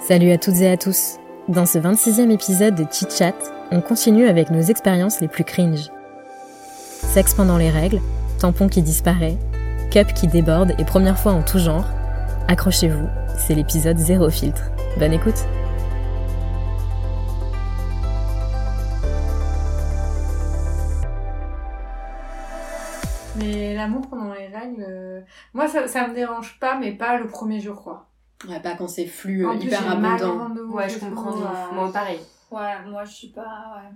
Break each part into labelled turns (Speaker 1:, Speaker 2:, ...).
Speaker 1: Salut à toutes et à tous. Dans ce 26e épisode de Chit Chat, on continue avec nos expériences les plus cringe. Sexe pendant les règles, tampon qui disparaît, cup qui déborde et première fois en tout genre. Accrochez-vous, c'est l'épisode zéro filtre. Bonne écoute.
Speaker 2: Mais l'amour pendant les règles, euh, moi ça, ça me dérange pas, mais pas le premier jour quoi.
Speaker 3: Ouais, pas quand c'est flux
Speaker 2: En
Speaker 3: euh,
Speaker 2: plus,
Speaker 3: hyper
Speaker 2: j'ai mal au
Speaker 3: abondant.
Speaker 2: rendez-vous,
Speaker 4: Ouais, je comprends de
Speaker 2: trouve,
Speaker 4: ouf.
Speaker 2: euh,
Speaker 4: Moi, pareil.
Speaker 5: Ouais, moi je suis pas. Ouais.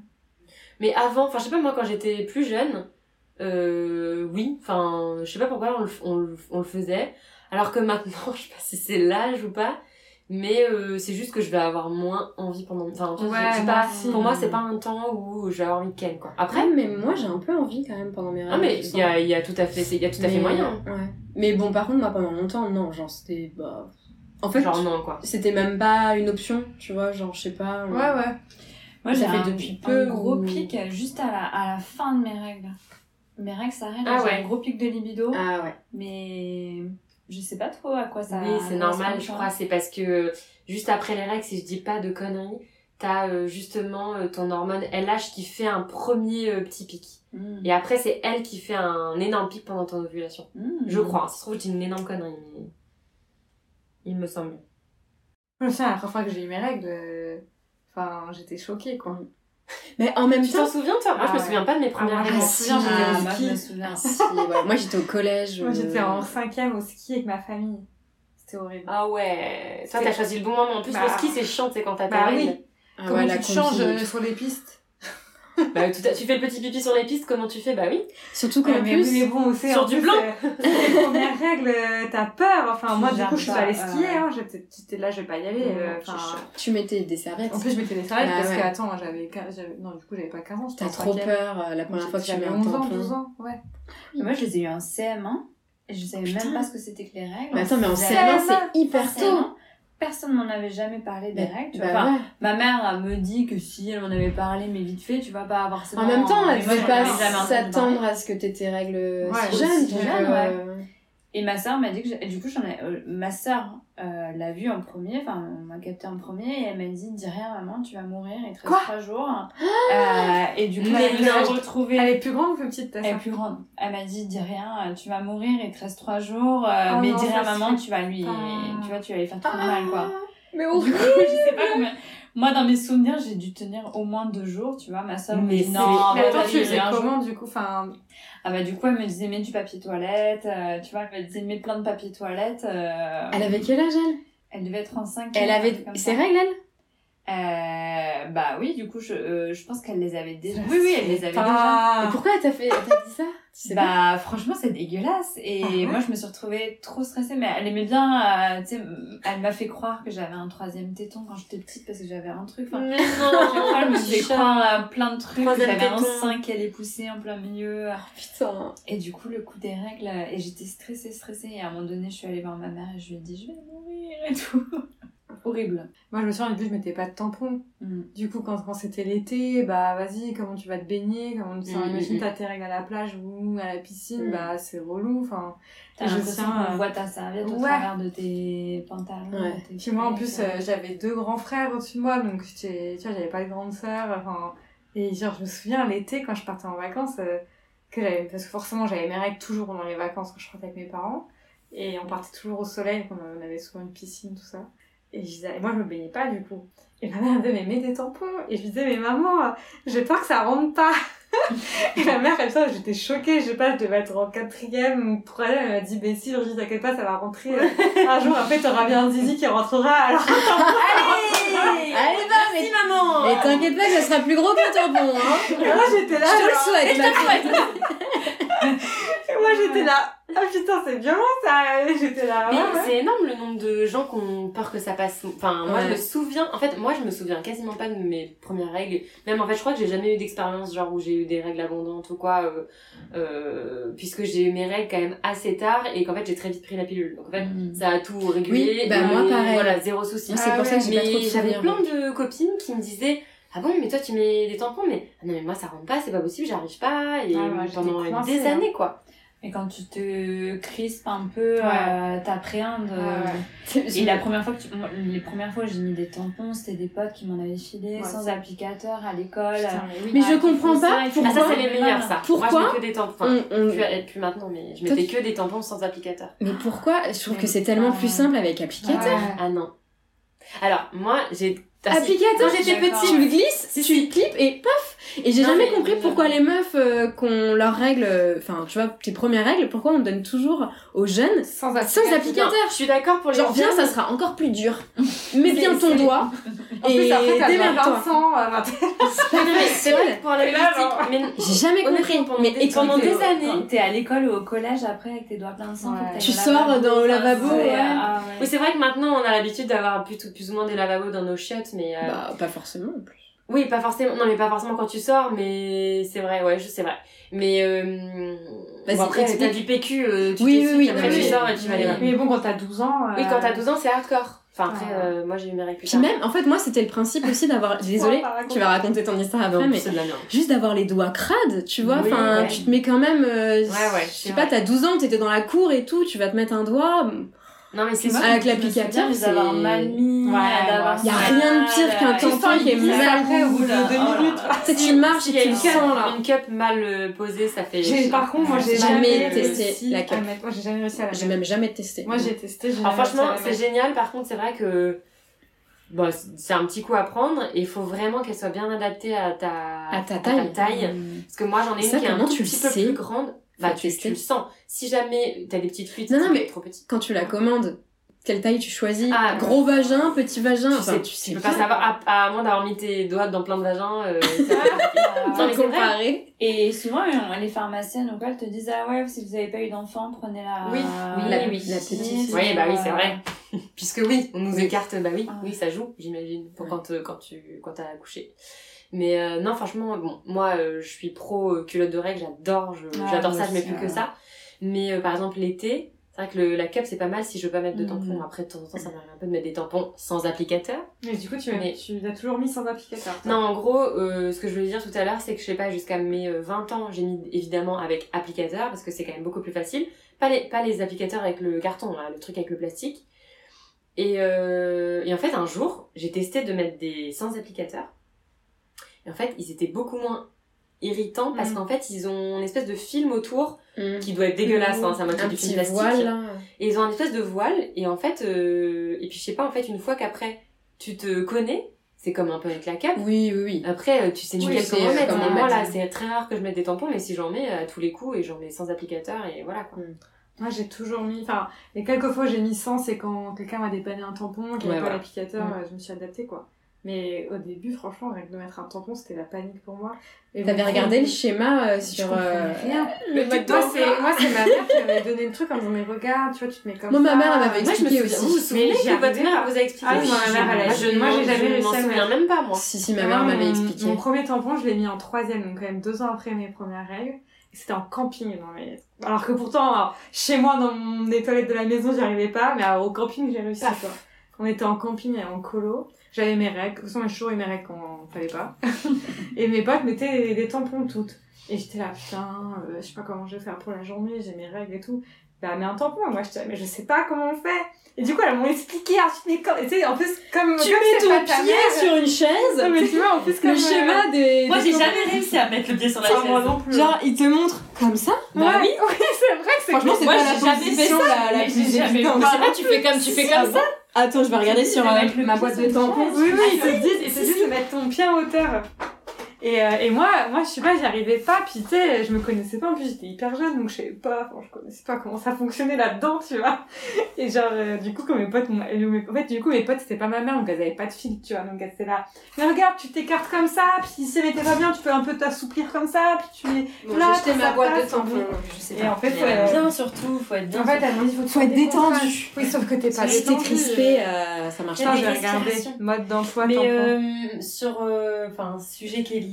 Speaker 4: Mais avant, enfin, je sais pas, moi, quand j'étais plus jeune, euh, oui, enfin, je sais pas pourquoi on le, on, le- on le faisait. Alors que maintenant, je sais pas si c'est l'âge ou pas, mais euh, c'est juste que je vais avoir moins envie pendant. Enfin, tu vois,
Speaker 2: Ouais,
Speaker 4: c'est
Speaker 2: moi
Speaker 4: pas,
Speaker 2: aussi.
Speaker 4: pour moi, c'est pas un temps où je vais avoir envie de ken, quoi. Après,
Speaker 3: Après, mais moi j'ai un peu envie quand même pendant mes rêves. euh,
Speaker 4: ah, mais il y a, il y a tout à fait, c'est- il y a tout à fait moyen.
Speaker 3: Ouais. Mais bon, par contre, moi pendant longtemps, non, genre c'était. Bah... En fait,
Speaker 4: Genre, non, quoi.
Speaker 3: c'était même pas une option, tu vois, genre je sais pas. on-
Speaker 2: Ouais, ouais.
Speaker 5: Moi
Speaker 3: Ça
Speaker 5: j'ai
Speaker 3: fait
Speaker 5: un-
Speaker 3: depuis peu
Speaker 5: un gros
Speaker 3: ou-
Speaker 5: pic euh, juste à la, à la fin de mes règles. Mes règles s'arrêtent,
Speaker 4: Ah
Speaker 5: j'ai
Speaker 4: ouais.
Speaker 5: un gros pic de libido,
Speaker 3: Ah ouais.
Speaker 5: mais je sais pas trop à quoi ça.
Speaker 4: Oui, c'est normal, je
Speaker 5: correspond.
Speaker 4: crois. C'est parce que euh, juste après les règles, si je dis pas de conneries, t'as euh, justement euh, ton hormone LH qui fait un premier euh, petit pic.
Speaker 5: Mm.
Speaker 4: Et après, c'est elle qui fait un énorme pic pendant ton ovulation.
Speaker 5: Mm.
Speaker 4: Je crois. hein. Ça se trouve, je dis une énorme connerie, mais. Il me semble.
Speaker 2: Je me souviens, la première fois que j'ai eu mes règles, euh, enfin, j'étais choquée quoi.
Speaker 3: Mais en même
Speaker 4: Tu t'en
Speaker 3: temps.
Speaker 4: souviens, toi Moi,
Speaker 2: Ah
Speaker 4: je me
Speaker 2: ouais.
Speaker 4: souviens pas de mes premières
Speaker 2: Ah,
Speaker 4: règles.
Speaker 2: ah,
Speaker 4: Je me souviens,
Speaker 2: si.
Speaker 4: j'étais
Speaker 3: Ah,
Speaker 4: au
Speaker 5: bah,
Speaker 4: ski.
Speaker 5: je me souviens.
Speaker 3: Ah, si, ouais. Moi j'étais au collège.
Speaker 2: Moi j'étais
Speaker 3: euh,
Speaker 2: en cinquième au ski avec ma famille. C'était horrible.
Speaker 4: Ah ouais. Ça,
Speaker 2: C'est-
Speaker 4: t'as choisi le bon moment. En plus,
Speaker 2: Bah.
Speaker 4: le ski, c'est chiant, c'est quand t'as tes
Speaker 2: Bah oui.
Speaker 4: règles.
Speaker 3: Ah,
Speaker 2: Comment
Speaker 3: ouais, la
Speaker 2: tu te changes
Speaker 3: combi.
Speaker 2: euh, sur les pistes
Speaker 4: Bah, tout à- tu fais le petit pipi sur les pistes, comment tu fais Bah oui.
Speaker 3: Surtout qu'en
Speaker 2: Ouais, Ah, mais,
Speaker 3: plus.
Speaker 2: mais bon, on sait,
Speaker 4: sur
Speaker 2: en
Speaker 4: du
Speaker 2: plus,
Speaker 4: blanc.
Speaker 2: euh, les premières règles, euh, t'as peur. Enfin,
Speaker 5: Tu
Speaker 2: moi du
Speaker 5: gères
Speaker 2: coup, je suis
Speaker 5: pas,
Speaker 2: pas allée skier.
Speaker 5: ouais.
Speaker 2: Hein. J'étais j'étais là, je vais pas y aller. euh,
Speaker 4: Je-
Speaker 2: enfin,
Speaker 3: Tu mettais des serviettes.
Speaker 2: en plus, je m'étais des règles
Speaker 3: Bah,
Speaker 2: parce
Speaker 3: ouais.
Speaker 2: que attends, j'avais, quin- j'avais- non, du coup, j'avais pas 15 ans. j'étais
Speaker 3: T'as
Speaker 2: en
Speaker 3: trop
Speaker 2: cinquième.
Speaker 3: peur euh, la première fois que tu
Speaker 2: J'avais
Speaker 3: mets un
Speaker 2: 11 ans,
Speaker 3: tampon.
Speaker 2: 12 ans, ouais.
Speaker 5: Mais Moi je les ai eu en CM1 et je savais même pas ce que c'était que les règles.
Speaker 3: Mais attends, mais en
Speaker 5: J'avais-
Speaker 3: CM1,
Speaker 2: CM1,
Speaker 3: c'est hyper tôt.
Speaker 5: CM1, Personne m'en avait jamais parlé des
Speaker 3: Mais-
Speaker 5: règles. Tu vois.
Speaker 3: Bah
Speaker 5: Enfin,
Speaker 3: ouais.
Speaker 5: Ma mère elle me dit que si elle m'en avait parlé, mais vite fait, tu vas pas avoir
Speaker 3: En même temps, elle
Speaker 5: ne
Speaker 3: ne
Speaker 2: moi,
Speaker 3: veut
Speaker 2: j'en
Speaker 3: pas
Speaker 2: avais jamais
Speaker 3: s'attendre à ce que t'aies tes règles si euh,
Speaker 2: aussi
Speaker 3: jeunes.
Speaker 2: jeune,
Speaker 5: Et ma soeur m'a dit que j'ai- et du coup j'en ai euh, ma soeur l'a vu en premier, enfin on m'a capté en premier et elle m'a dit dis rien maman tu vas mourir et 13
Speaker 2: Quoi
Speaker 5: trois jours Euh, et du coup
Speaker 4: Mais
Speaker 5: elle m'a
Speaker 4: non.
Speaker 5: retrouvée
Speaker 2: Elle est plus grande ou plus petite, ta
Speaker 5: elle est
Speaker 2: sœur
Speaker 5: plus grande elle m'a dit dis rien euh, tu vas mourir et 13 trois jours euh,
Speaker 2: Oh
Speaker 5: mais
Speaker 2: non,
Speaker 5: dis rien
Speaker 2: ça se
Speaker 5: maman
Speaker 2: fait
Speaker 5: tu vas lui
Speaker 2: pas. Ah,
Speaker 5: tu vois tu vas lui faire trop de mal quoi
Speaker 3: Mais
Speaker 5: Du coup, je sais pas combien moi dans mes souvenirs j'ai dû tenir au moins deux jours tu vois ma soeur me
Speaker 4: Mais
Speaker 5: dit
Speaker 4: c'est-
Speaker 5: non
Speaker 2: Mais
Speaker 5: bah,
Speaker 2: attends,
Speaker 5: vas-y,
Speaker 2: tu faisais
Speaker 5: un jour.
Speaker 2: comment du coup Enfin,
Speaker 5: ah bah du coup elle me disait mets du papier toilette euh, tu vois elle me disait mets plein de papier toilette euh,
Speaker 3: Elle avait quel âge elle
Speaker 5: Elle devait être en 5
Speaker 3: Elle avait ses règles elle
Speaker 5: euh, Bah oui, du coup, je, euh, je pense qu'elle les avait déjà.
Speaker 3: Bah,
Speaker 2: Ça,
Speaker 5: Oui, oui, elle les avait déjà.
Speaker 2: ah,
Speaker 3: Mais pourquoi elle t'a fait elle t'a dit ça Tu sais pas.
Speaker 5: Bah franchement, c'est dégueulasse. Et
Speaker 2: Ah ouais
Speaker 5: moi, je me suis retrouvée trop stressée. Mais elle aimait bien, euh, tu sais, m- elle m'a fait croire que j'avais un troisième téton quand j'étais petite parce que j'avais un truc. Enfin,
Speaker 4: Mais
Speaker 5: à chaque fois, elle me
Speaker 4: non
Speaker 5: faisait
Speaker 4: chat.
Speaker 5: croire euh, plein de trucs. que
Speaker 4: Ah, Troisième
Speaker 5: J'avais un
Speaker 4: téton.
Speaker 5: sein qui allait pousser en plein milieu.
Speaker 3: Putain.
Speaker 5: Et du coup, le coup des règles, euh, et j'étais stressée, stressée. Et à un moment donné, je suis allée voir ma mère et je lui ai dit, je vais mourir et tout. Horrible.
Speaker 2: Moi, je me souviens, au début, je mettais pas de tampon.
Speaker 5: Mm.
Speaker 2: Du coup, quand, quand c'était l'été, bah vas-y, comment tu vas te baigner comment, enfin,
Speaker 4: Mm,
Speaker 2: Imagine,
Speaker 4: mm,
Speaker 2: t'as tes règles à la plage ou à la piscine,
Speaker 3: Mm.
Speaker 2: bah c'est relou. Enfin,
Speaker 5: T'as
Speaker 2: Et je
Speaker 5: l'impression
Speaker 2: tiens,
Speaker 5: qu'on
Speaker 2: euh,
Speaker 5: voit ta serviette au
Speaker 2: ouais.
Speaker 5: travers de tes pantalons.
Speaker 3: Ouais.
Speaker 5: de tes
Speaker 2: puis moi, en plus, euh,
Speaker 5: culottes, euh.
Speaker 2: j'avais deux grands frères au-dessus de moi, donc j'étais- tu vois, j'avais pas de grande sœur. Enfin, et genre, je me souviens, l'été, quand je partais en vacances, euh, que j'avais- parce que forcément, j'avais mes règles toujours pendant les vacances quand je partais avec mes parents. Et on partait toujours au soleil, donc on avait souvent une piscine, tout ça. Et je disais, et moi je me baignais pas du coup. Et ma mère me disait, mais mets des tampons. Et je lui disais, mais maman, j'ai peur que ça rentre pas. et ma mère, comme ça, j'étais choquée. Je sais pas, je devais être en quatrième ou troisième. Elle m'a dit, mais si, Brigitte, t'inquiète pas, ça va rentrer. euh, Un jour, après, t'auras bien un zizi qui rentrera. Alors, Eh,
Speaker 3: Allez
Speaker 2: ben,
Speaker 3: va Ah, eh, mais
Speaker 4: maman
Speaker 3: mais t'inquiète pas, ça sera plus gros qu'un tampon hein.
Speaker 2: Ah, et moi j'étais là.
Speaker 3: Je te le
Speaker 2: genre-
Speaker 3: souhaite. ma fille.
Speaker 2: Et moi j'étais j'étais là. Ah putain, c'est violent ça. J'étais
Speaker 3: Ah
Speaker 2: là. Ah,
Speaker 4: Mais
Speaker 2: ouais, ouais.
Speaker 4: c'est énorme le nombre de gens qui ont peur que ça passe. Enfin, moi je
Speaker 3: Ouais.
Speaker 4: me souviens, en fait, moi je me souviens quasiment pas de mes premières règles. Même en fait, je crois que j'ai jamais eu d'expérience genre où j'ai eu des règles abondantes ou quoi, euh, euh, puisque j'ai eu mes règles quand même assez tard et qu'en fait j'ai très vite pris la pilule. Donc en fait, ça a tout régulé.
Speaker 3: Oui, bah,
Speaker 4: et
Speaker 3: moi, pareil.
Speaker 4: Voilà, zéro souci.
Speaker 3: C'est
Speaker 2: Ah
Speaker 3: pour ça que
Speaker 2: ouais,
Speaker 3: j'ai pas trop
Speaker 4: Mais
Speaker 3: de
Speaker 4: j'avais
Speaker 3: souvenirs.
Speaker 4: plein de copines qui me disaient Ah bon, mais toi tu mets des tampons, mais ah non, mais moi ça rentre pas, c'est pas possible, j'arrive pas. Et
Speaker 2: Ah, moi, j'étais
Speaker 4: pendant
Speaker 2: coincée,
Speaker 4: des
Speaker 2: hein.
Speaker 4: années quoi.
Speaker 5: Et quand tu te crispes un peu,
Speaker 2: Ouais.
Speaker 5: euh, t'appréhendes. euh,
Speaker 2: Ah, Ouais, ouais.
Speaker 5: Et la première fois que tu... moi, les premières fois où j'ai mis des tampons, c'était des potes qui m'en avaient filé
Speaker 2: Ouais,
Speaker 5: sans
Speaker 2: c'est-
Speaker 5: applicateur à l'école.
Speaker 2: Putain, mais oui.
Speaker 3: Mais je
Speaker 5: Ah,
Speaker 3: comprends
Speaker 5: qui font
Speaker 3: pas
Speaker 5: ça, qui font
Speaker 4: Ah,
Speaker 3: pourquoi.
Speaker 4: ça c'est les meilleurs ça. moi,
Speaker 3: Pourquoi Mm.
Speaker 4: je mets que des tampons. Enfin,
Speaker 3: on- on-
Speaker 4: Plus, euh, plus maintenant, mais je
Speaker 3: Toi,
Speaker 4: mettais que des tampons sans applicateur.
Speaker 3: Mais pourquoi Je trouve
Speaker 5: Mais
Speaker 3: que c'est tellement
Speaker 2: Ah.
Speaker 5: ça-
Speaker 3: plus simple avec applicateur.
Speaker 2: Ouais.
Speaker 4: Ah non. Alors, moi, j'ai. ah, si.
Speaker 3: Applicateur,
Speaker 4: Quand j'étais
Speaker 5: D'accord.
Speaker 3: tu
Speaker 4: petite.
Speaker 3: le glisses,
Speaker 4: Si,
Speaker 3: tu
Speaker 4: si.
Speaker 3: le clips et paf Et j'ai
Speaker 4: Non,
Speaker 3: jamais
Speaker 4: mais-
Speaker 3: compris pourquoi les meufs euh, qu'on leur règle, enfin tu vois, tes premières règles, pourquoi on donne toujours aux jeunes
Speaker 2: Sans
Speaker 3: sans
Speaker 2: application.
Speaker 4: Non,
Speaker 3: applicateur
Speaker 4: je suis d'accord pour les.
Speaker 3: Genre viens,
Speaker 4: jeunes.
Speaker 3: ça sera encore plus dur. Mets bien ton
Speaker 2: c'est-
Speaker 3: doigt
Speaker 2: En plus,
Speaker 3: et
Speaker 2: après, t'as besoin
Speaker 3: démerde-toi.
Speaker 2: Vincent, euh, Vincent.
Speaker 4: Non, mais c'est vrai que pour la
Speaker 2: Et là,
Speaker 4: logistique.
Speaker 2: genre-
Speaker 4: Mais non,
Speaker 3: J'ai jamais compris.
Speaker 4: Honnêtement, pendant
Speaker 3: Mais
Speaker 4: des- pendant
Speaker 3: explique-le.
Speaker 4: des années.
Speaker 5: Quand t'es à l'école ou au collège après avec tes doigts pleins de sang,
Speaker 2: Ouais.
Speaker 5: faut que t'ailles
Speaker 3: Tu
Speaker 5: au
Speaker 3: sors dans le lavabo.
Speaker 5: Ouais,
Speaker 3: ouais.
Speaker 5: ah ouais.
Speaker 4: Oui, c'est vrai que maintenant, on a l'habitude d'avoir plus, plus ou moins des lavabos dans nos chiottes, mais. euh,
Speaker 3: Bah pas forcément en plus.
Speaker 4: Oui, pas forcément. Non, mais pas forcément quand tu sors, mais c'est vrai, ouais, je- c'est vrai. Mais. Euh...
Speaker 3: Vas-y,
Speaker 4: bon, après, t'as
Speaker 3: explique.
Speaker 4: du PQ, euh, tu
Speaker 3: Oui, oui,
Speaker 4: t'essayes,
Speaker 3: oui,
Speaker 4: après
Speaker 2: non,
Speaker 4: tu
Speaker 2: mais-
Speaker 4: sors et tu vas les.
Speaker 2: Mais bon, quand t'as 12 ans. euh,
Speaker 4: Oui, quand t'as 12 ans, c'est hardcore. Enfin, après,
Speaker 2: Ah.
Speaker 4: euh, moi, j'ai eu mes règles plus
Speaker 3: Puis
Speaker 4: tard.
Speaker 3: même, en fait, moi c'était le principe aussi d'avoir. Désolée,
Speaker 2: t'as raconté.
Speaker 3: tu vas raconter ton histoire
Speaker 4: Non,
Speaker 3: après, mais
Speaker 4: Ah, c'est de la merde.
Speaker 3: juste d'avoir les doigts crades, tu vois,
Speaker 4: Oui,
Speaker 3: enfin,
Speaker 4: ouais.
Speaker 3: tu te mets quand même, euh,
Speaker 4: ouais,
Speaker 3: je
Speaker 4: c'est
Speaker 3: sais pas,
Speaker 4: vrai.
Speaker 3: t'as 12 ans, t'étais dans la cour et tout, tu vas te mettre un doigt,
Speaker 4: Non, mais c'est
Speaker 5: Moi,
Speaker 3: avec
Speaker 5: je me
Speaker 3: l'applicateur,
Speaker 5: souviens de les avoir
Speaker 3: c'est-
Speaker 5: mal mis,
Speaker 2: Ouais,
Speaker 5: d'avoir
Speaker 2: ouais.
Speaker 3: y a rien de pire qu'un
Speaker 5: mal,
Speaker 2: Tout le temps,
Speaker 3: tampon qui est
Speaker 2: il glisse
Speaker 3: mal,
Speaker 2: après au bout de deux
Speaker 5: Oh là
Speaker 2: minutes.
Speaker 5: là.
Speaker 3: tu sais, tu marches et
Speaker 4: S'il y a
Speaker 3: tu le
Speaker 4: Ah, une
Speaker 3: sens,
Speaker 4: cup,
Speaker 3: là.
Speaker 4: une cup mal euh, posée, ça fait.
Speaker 2: J'ai- Par contre, moi, j'ai
Speaker 3: Jamais
Speaker 2: jamais
Speaker 3: testé
Speaker 2: réussi
Speaker 3: la
Speaker 2: à
Speaker 3: cup.
Speaker 2: mettre- Moi, j'ai jamais réussi à la
Speaker 3: J'ai
Speaker 2: mettre.
Speaker 3: même jamais testé.
Speaker 2: Moi, j'ai testé. j'ai
Speaker 4: Alors,
Speaker 2: jamais réussi à la
Speaker 4: Ah, franchement, c'est
Speaker 2: mettre.
Speaker 4: génial. Par contre, c'est vrai que bon, c'est c'est un petit coup à prendre et il faut vraiment qu'elle soit bien adaptée à ta,
Speaker 3: À ta taille. Mmh.
Speaker 4: Parce que moi, j'en ai
Speaker 3: Ça,
Speaker 4: une qui est un
Speaker 3: comment
Speaker 4: tout
Speaker 3: tu le
Speaker 4: petit peu
Speaker 3: sais
Speaker 4: plus grande. Bah,
Speaker 3: Faut
Speaker 4: tu,
Speaker 3: tester.
Speaker 4: tu le sens. Si jamais t'as des petites fuites,
Speaker 3: Non,
Speaker 4: c'est
Speaker 3: non,
Speaker 4: que
Speaker 3: mais-
Speaker 4: t'es trop petit.
Speaker 3: Quand tu la commandes, quelle taille tu choisis
Speaker 4: Ah,
Speaker 3: Gros vagin, petit vagin,
Speaker 4: Tu
Speaker 3: enfin,
Speaker 4: sais-
Speaker 3: tu
Speaker 4: Tu
Speaker 3: sais
Speaker 4: peux pas
Speaker 3: pas.
Speaker 4: savoir, à, à moins d'avoir mis tes doigts dans plein de vagins. euh, c'est-
Speaker 5: Ah,
Speaker 4: Non, mais c'est vrai.
Speaker 3: comparer.
Speaker 5: Et souvent, on- les pharmaciennes ou quoi, elles te disent Ah ouais, si vous avez pas eu d'enfant, prenez la.
Speaker 4: Oui, oui,
Speaker 5: la,
Speaker 4: oui,
Speaker 5: petite.
Speaker 3: la petite.
Speaker 4: Oui, bah oui, c'est vrai. Puisque oui, on nous
Speaker 3: Oui.
Speaker 4: écarte, bah oui,
Speaker 5: Ah.
Speaker 4: oui, ça joue, j'imagine, pour
Speaker 3: Ouais.
Speaker 4: quand, euh, quand tu quand t'as accouché. Mais euh, non, franchement, bon, moi, euh, je suis pro euh, culotte de règles, j'adore, je-
Speaker 5: Ah,
Speaker 4: j'adore
Speaker 5: moi
Speaker 4: ça, je mets
Speaker 5: aussi,
Speaker 4: plus que
Speaker 5: ouais.
Speaker 4: ça. Mais euh, par exemple, l'été, c'est vrai que le- la cup, c'est pas mal si je veux pas mettre de tampons. Après, de temps en temps, ça m'arrive un peu de mettre des tampons sans applicateur.
Speaker 2: Mais du coup, tu,
Speaker 4: Mais-
Speaker 2: tu l'as toujours mis sans applicateur. toi.
Speaker 4: Non, en gros, euh, ce que je voulais dire tout à l'heure, c'est que je sais pas, jusqu'à mes euh, 20 ans, j'ai mis évidemment avec applicateur, parce que c'est quand même beaucoup plus facile. Pas les, pas les applicateurs avec le carton, là, le truc avec le plastique. Et, euh, et en fait, un jour, j'ai testé de mettre des sans applicateur. Et en fait, ils étaient beaucoup moins irritants parce
Speaker 2: Mm.
Speaker 4: qu'en fait, ils ont une espèce de film autour
Speaker 3: Mm.
Speaker 4: qui doit être dégueulasse, hein, ça m'a fait
Speaker 3: Un
Speaker 4: du film
Speaker 3: petit
Speaker 4: plastique.
Speaker 3: voile, hein. là.
Speaker 4: Et ils ont un espèce de voile, et en fait, euh, et puis je sais pas, en fait, une fois qu'après, tu te connais, c'est comme un peu avec la cape.
Speaker 3: Oui, oui, oui.
Speaker 4: Après, euh, tu sais
Speaker 3: Oui,
Speaker 4: nickel
Speaker 3: c'est,
Speaker 4: comment
Speaker 3: euh,
Speaker 4: mettre.
Speaker 3: comment
Speaker 4: mais
Speaker 3: le
Speaker 4: Moi,
Speaker 3: mettre.
Speaker 4: là, hein. c'est très rare que je mette des tampons, mais si j'en mets à tous les coups et j'en mets sans applicateur, et voilà quoi.
Speaker 2: Moi, j'ai toujours mis. Enfin, les quelques fois où j'ai mis sans, c'est quand quelqu'un m'a dépanné un tampon, qu'il n'y
Speaker 4: Ouais,
Speaker 2: avait pas
Speaker 4: voilà.
Speaker 2: l'applicateur,
Speaker 3: Mm.
Speaker 2: euh, je me suis adaptée, quoi. Mais au début, franchement, rien que de mettre un tampon, c'était la panique pour moi. Et
Speaker 3: T'avais
Speaker 2: mon
Speaker 3: regardé le
Speaker 2: premier-
Speaker 3: schéma euh, sur. euh,
Speaker 2: Rien.
Speaker 3: le
Speaker 2: Moi,
Speaker 3: petit doigt.
Speaker 2: c'est moi, c'est ma mère qui m'avait donné le truc en disant Mais regarde, tu vois, tu te mets comme
Speaker 3: Moi,
Speaker 2: ça.
Speaker 3: ma mère, elle m'avait-
Speaker 4: Moi, je me
Speaker 3: Expliquer
Speaker 4: souviens.
Speaker 3: aussi.
Speaker 4: Vous vous souvenez
Speaker 2: Mais
Speaker 4: que
Speaker 2: j'y
Speaker 4: votre
Speaker 2: arrivais
Speaker 4: mère
Speaker 2: pas.
Speaker 4: vous a expliqué
Speaker 2: Ah
Speaker 3: oui, ma mère, elle a
Speaker 4: Moi,
Speaker 2: dit.
Speaker 4: je- moi,
Speaker 2: Moi,
Speaker 4: j'ai
Speaker 2: j'ai jamais
Speaker 4: jamais Je
Speaker 2: réussi
Speaker 4: m'en
Speaker 2: à
Speaker 4: souviens même pas, moi.
Speaker 3: Si, si, ma
Speaker 2: Ah,
Speaker 3: mère m'avait
Speaker 2: mon-
Speaker 3: expliqué.
Speaker 2: Mon premier tampon, je l'ai mis en troisième, donc quand même deux ans après mes premières règles. Et C'était en camping, non mais. Alors que pourtant, alors, chez moi, dans mon- les toilettes de la maison, j'y arrivais pas, mais alors, au camping, j'ai réussi,
Speaker 4: Paf.
Speaker 2: quoi. On était en camping et en colo. J'avais mes règles. De toute façon, moi, j'ai toujours eu mes règles quand fallait pas. et mes potes mettaient des, des tampons toutes. Et j'étais là, putain, euh, je sais pas comment je vais faire pour la journée, j'ai mes règles et tout. Bah, mets un tampon. Moi, j'étais là, mais je sais pas comment on fait. Et du coup, elles m'ont expliqué. Alors, tu te mets comme- et tu sais, en plus, comme.
Speaker 3: Tu
Speaker 2: comme
Speaker 3: mets
Speaker 2: c'est
Speaker 3: ton
Speaker 2: pas ta
Speaker 3: pied
Speaker 2: mère-
Speaker 3: sur une chaise,
Speaker 2: Non, mais tu vois, en plus, comme.
Speaker 3: le
Speaker 2: euh,
Speaker 3: schéma des.
Speaker 5: Moi,
Speaker 3: des
Speaker 5: j'ai
Speaker 3: copains.
Speaker 5: jamais réussi à mettre le pied sur la
Speaker 2: Ah, moi
Speaker 5: chaise.
Speaker 2: non plus.
Speaker 3: Genre, il te montre comme ça
Speaker 2: Ouais, c'est vrai que c'est
Speaker 3: Franchement, c'est
Speaker 5: Moi,
Speaker 3: pas la
Speaker 5: j'ai jamais fait
Speaker 3: position
Speaker 5: ça,
Speaker 3: la, la
Speaker 5: mais
Speaker 3: plus
Speaker 5: j'ai jamais
Speaker 3: évidente.
Speaker 5: fait ça.
Speaker 3: Ah,
Speaker 5: tu fais comme, tu fais
Speaker 3: bon Attends, je vais regarder sur euh,
Speaker 5: Avec le
Speaker 3: ma
Speaker 5: pied
Speaker 3: boîte
Speaker 5: sur
Speaker 3: de
Speaker 5: le
Speaker 3: tampons.
Speaker 2: Oui, oui, ils te disent, ils te disent de mettre ton pied en hauteur. Et, euh, et moi, moi, je sais pas, j'y arrivais pas, puis tu sais, je me connaissais pas, en plus j'étais hyper jeune, donc je savais pas, enfin, je connaissais pas comment ça fonctionnait là-dedans, tu vois. Et genre, euh, du coup, quand mes potes, m'ont- elles m'ont- en fait, du coup, mes potes, c'était pas ma mère, donc elles avaient pas de fil, tu vois, donc elles étaient là. Mais regarde, tu t'écartes comme ça, puis si elle était pas bien, tu peux un peu t'assouplir comme ça, puis tu les...
Speaker 3: Bon,
Speaker 2: Là,
Speaker 3: j'ai jeté
Speaker 2: ça
Speaker 3: ma boîte de
Speaker 2: passe,
Speaker 3: tampons.
Speaker 2: oui.
Speaker 3: Je sais
Speaker 2: Et en
Speaker 3: pas.
Speaker 2: fait,
Speaker 4: Il y a
Speaker 2: euh,
Speaker 5: Bien surtout, faut être bien.
Speaker 2: en fait, elles m'ont dit, faut,
Speaker 1: Faut être détendu.
Speaker 2: Oui, sauf que t'es pas
Speaker 3: Parce que j'étais
Speaker 2: détendu.
Speaker 3: crispée, euh, ça marche
Speaker 2: Putain,
Speaker 3: pas.
Speaker 2: j'ai regardé
Speaker 5: respirations.
Speaker 2: mode d'emploi
Speaker 4: Mais
Speaker 2: tampon.
Speaker 4: euh, sur euh, enfin un sujet qui est lié,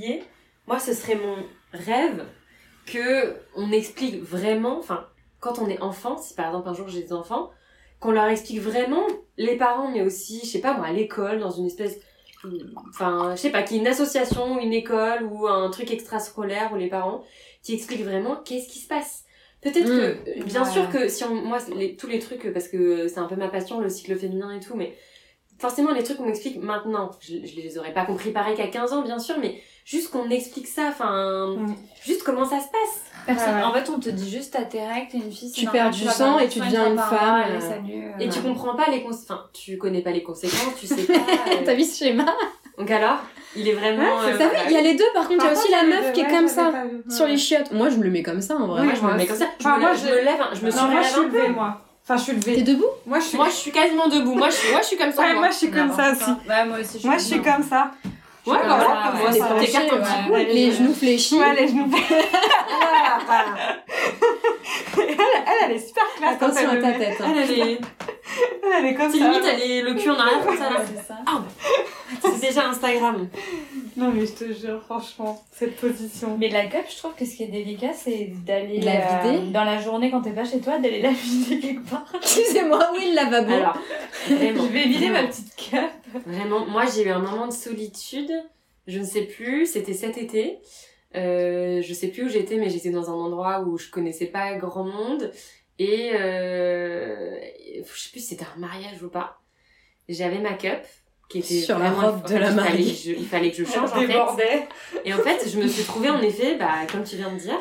Speaker 4: moi ce serait mon rêve que on explique vraiment, enfin quand on est enfant, si par exemple un jour j'ai des enfants, qu'on leur explique vraiment les parents, mais aussi je sais pas moi à l'école dans une espèce, enfin je sais pas, qu'il y ait une association, une école ou un truc extrascolaire ou les parents qui expliquent vraiment qu'est-ce qui se passe. Peut-être que,
Speaker 2: Mmh.
Speaker 4: bien
Speaker 2: Ouais.
Speaker 4: sûr que si on, moi, les- tous les trucs, parce que c'est un peu ma passion, le cycle féminin et tout, mais forcément les trucs qu'on m'explique maintenant, je, je les aurais pas compris pareil qu'à 15 ans, bien sûr, mais juste qu'on explique ça, enfin,
Speaker 2: Mm.
Speaker 4: juste comment ça se passe.
Speaker 5: Personne-
Speaker 2: Ouais.
Speaker 5: En fait, on te dit juste, t'as tes règles, t'es une fille. c'est
Speaker 3: Tu
Speaker 5: normal,
Speaker 3: perds du
Speaker 5: vas
Speaker 3: sang
Speaker 5: avoir
Speaker 3: et tu
Speaker 5: soin,
Speaker 3: deviens
Speaker 5: t'as
Speaker 3: une
Speaker 5: pas un
Speaker 3: femme,
Speaker 5: mal,
Speaker 3: euh,
Speaker 5: salut, euh,
Speaker 4: Et tu comprends pas les conséquences, enfin, tu connais pas les conséquences, tu sais pas. euh.
Speaker 3: T'as vu ce schéma
Speaker 4: Donc alors, il est vraiment.
Speaker 2: Ouais, c'est
Speaker 4: euh,
Speaker 3: T'as vu
Speaker 4: voilà.
Speaker 3: Il y a les deux, par contre, il y a aussi la
Speaker 2: euh,
Speaker 3: meuf qui est comme ça. Sur les
Speaker 2: chiens.
Speaker 3: chiottes. Moi, je me le mets comme ça, en vrai.
Speaker 2: Oui.
Speaker 4: Moi, je me
Speaker 2: moi
Speaker 4: mets comme ça. Je
Speaker 2: Enfin,
Speaker 4: me
Speaker 2: moi,
Speaker 4: lève- je
Speaker 2: je-
Speaker 4: me lève, un- je me
Speaker 2: Non, moi, je
Speaker 4: surlève
Speaker 2: suis
Speaker 4: un peu.
Speaker 2: levée, moi. Enfin, je suis
Speaker 3: T'es
Speaker 2: levée.
Speaker 3: debout
Speaker 2: Moi, je suis,
Speaker 4: Moi, je suis quasiment debout. Moi, je suis, moi, je suis comme ça.
Speaker 2: Ouais,
Speaker 4: moi.
Speaker 2: moi, je suis comme ça aussi.
Speaker 5: Ouais, moi aussi, je
Speaker 2: Moi, je suis comme ça.
Speaker 4: Ouais,
Speaker 2: suis
Speaker 4: bah
Speaker 2: comme
Speaker 4: voilà,
Speaker 2: ça,
Speaker 4: comme
Speaker 2: ouais,
Speaker 4: ça,
Speaker 2: ça
Speaker 4: t'écartes
Speaker 3: penché,
Speaker 4: un petit
Speaker 5: ouais.
Speaker 4: peu.
Speaker 2: Ouais,
Speaker 3: Les
Speaker 2: les
Speaker 3: genoux fléchis.
Speaker 2: Ouais, les genoux. elle, elle, elle est super classe quand
Speaker 3: Attention
Speaker 2: elle le
Speaker 3: à
Speaker 2: met.
Speaker 3: ta tête. hein.
Speaker 4: Elle, elle est,
Speaker 2: Elle, elle est comme
Speaker 4: c'est
Speaker 2: ça.
Speaker 4: limite, elle est le cul en arrière comme ça. là.
Speaker 5: C'est ça.
Speaker 4: C'est déjà Instagram.
Speaker 3: Ah
Speaker 2: Non, mais je te jure, franchement, cette position.
Speaker 5: Mais la cup, je trouve que ce qui est délicat, c'est d'aller
Speaker 3: La
Speaker 5: euh,
Speaker 3: vider.
Speaker 5: dans la journée quand t'es pas chez toi, d'aller la vider quelque part.
Speaker 3: Excusez-moi, oui, le lavabo.
Speaker 4: Alors, vraiment.
Speaker 5: Je vais vider ma
Speaker 4: vraiment,
Speaker 5: petite cup.
Speaker 4: Vraiment, moi j'ai eu un moment de solitude, je ne sais plus, c'était cet été. Euh, je sais plus où j'étais, mais j'étais dans un endroit où je connaissais pas grand monde. Et euh, je sais plus si c'était un mariage ou pas. J'avais ma cup qui était
Speaker 3: Sur la
Speaker 4: vraiment-
Speaker 3: robe de
Speaker 4: en fait,
Speaker 3: la
Speaker 4: il fallait
Speaker 3: mariée.
Speaker 4: que je- Il fallait que je change en fait.
Speaker 2: débordait.
Speaker 4: Et en fait, je me suis trouvée en effet, bah, comme tu viens de dire,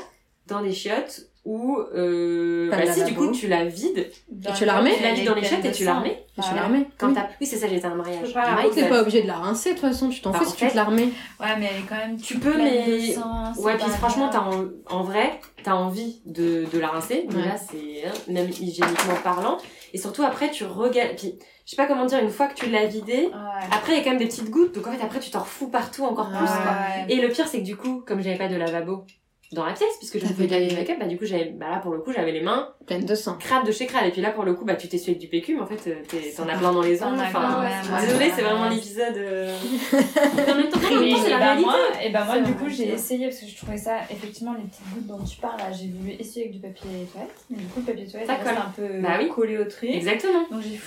Speaker 4: dans des chiottes où, euh,
Speaker 3: Pas
Speaker 4: bah,
Speaker 3: de
Speaker 4: si du
Speaker 3: lavabo.
Speaker 4: coup tu la vides,
Speaker 5: Dans
Speaker 3: tu la remets
Speaker 4: tu la vides dans les chiottes et tu la remets.
Speaker 3: Je
Speaker 5: Ah Ouais.
Speaker 3: la remets.
Speaker 4: Quand
Speaker 3: Oui.
Speaker 4: t'as- oui, c'est ça, j'étais à un mariage.
Speaker 2: Je peux pas la
Speaker 4: Mike,
Speaker 3: T'es
Speaker 4: bah,
Speaker 3: pas obligé de la rincer, de toute façon, tu t'en
Speaker 4: Bah,
Speaker 3: fais
Speaker 4: en
Speaker 3: si tu
Speaker 4: fait-
Speaker 3: te la remets.
Speaker 5: Ouais, mais elle est quand même.
Speaker 4: Tu peux,
Speaker 5: pleine de
Speaker 4: mais-
Speaker 5: sang, c'est
Speaker 4: Ouais, puis
Speaker 5: pas
Speaker 4: franchement, t'as
Speaker 5: grave.
Speaker 4: en... en vrai, t'as envie de, de la rincer.
Speaker 3: Ouais.
Speaker 4: Déjà, c'est hein, même hygiéniquement parlant. Et surtout, après, tu regardes. Puis, je sais pas comment dire, une fois que tu l'as vidée,
Speaker 5: Ouais. Ah
Speaker 4: après, il y a quand même des petites gouttes. Donc, en fait, après, tu t'en refous partout encore plus. quoi.
Speaker 5: Ouais.
Speaker 4: Et le pire, c'est que du coup, comme j'avais pas de lavabo dans la pièce, puisque je
Speaker 3: T'avais
Speaker 4: pouvais pas laver
Speaker 3: les-
Speaker 4: ma cup, bah, du coup, j'avais. Bah, là, pour le coup, j'avais les mains
Speaker 3: Pleine de sang.
Speaker 4: crades de chez crades. Et puis là, pour le coup, bah, tu t'essuies avec du PQ, mais en fait, euh, t'es- t'en as plein dans les
Speaker 5: T'en
Speaker 4: ongles.
Speaker 5: as
Speaker 4: Enfin,
Speaker 5: plein, ouais, ouais,
Speaker 4: Ah, désolée,
Speaker 5: ouais,
Speaker 4: c'est vraiment
Speaker 5: ouais.
Speaker 4: l'épisode. euh, en même temps, en même
Speaker 5: Oui,
Speaker 4: temps, c'est
Speaker 5: et
Speaker 4: la
Speaker 5: bah
Speaker 4: réalité.
Speaker 5: moi, et bah moi
Speaker 4: C'est
Speaker 5: du
Speaker 4: la
Speaker 5: coup
Speaker 4: réalité.
Speaker 5: j'ai essayé parce que je trouvais ça effectivement les petites gouttes dont tu parles là j'ai voulu essayer avec du papier toilette mais du coup le papier toilette
Speaker 4: Ça
Speaker 5: reste
Speaker 4: colle.
Speaker 5: un peu
Speaker 4: Bah oui.
Speaker 5: collé au truc
Speaker 4: Exactement.
Speaker 5: donc j'ai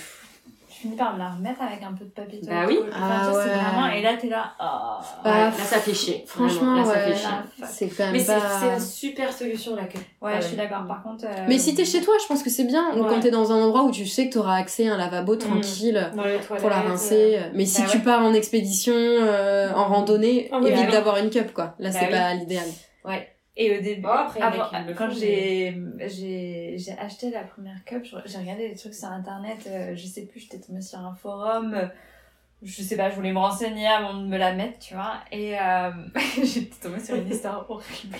Speaker 5: je finis par me la remettre avec un peu de papier toilette
Speaker 4: Bah oui.
Speaker 5: collé. Enfin,
Speaker 3: Ah
Speaker 5: tu vois, c'est
Speaker 3: ouais.
Speaker 5: vraiment- et là t'es là ah.
Speaker 3: Bah,
Speaker 4: Ouais, là, ça fait chier.
Speaker 3: Franchement,
Speaker 4: Vraiment, là, ça
Speaker 3: ouais. bah,
Speaker 4: fait chier.
Speaker 5: bah,
Speaker 3: C'est quand
Speaker 4: Mais
Speaker 3: même
Speaker 4: c'est
Speaker 3: pas...
Speaker 4: c'est une super solution la queue.
Speaker 5: ouais
Speaker 4: Ah
Speaker 5: je
Speaker 4: ouais.
Speaker 5: suis d'accord par contre euh,
Speaker 3: Mais si t'es chez toi, je pense que c'est bien. Ou
Speaker 5: Ouais.
Speaker 3: quand t'es dans un endroit où tu sais que t'auras accès à un lavabo tranquille
Speaker 2: Dans les toilettes.
Speaker 3: pour la rincer. Mais si
Speaker 5: Bah
Speaker 3: tu
Speaker 5: ouais.
Speaker 3: pars en expédition, euh, en randonnée,
Speaker 2: Ah oui,
Speaker 3: évite
Speaker 2: bah oui.
Speaker 3: d'avoir une cup, quoi. Là,
Speaker 5: Bah
Speaker 3: c'est
Speaker 5: oui.
Speaker 3: pas l'idéal.
Speaker 5: et au début
Speaker 4: Oh, après, il y en a
Speaker 5: avant-
Speaker 4: qui le
Speaker 5: quand
Speaker 4: font,
Speaker 5: j'ai j'ai j'ai acheté la première cup je- j'ai regardé des trucs sur internet euh, je sais plus j'étais tombée sur un forum euh, je sais pas je voulais me renseigner avant de me la mettre tu vois et euh, j'étais tombée sur une histoire horrible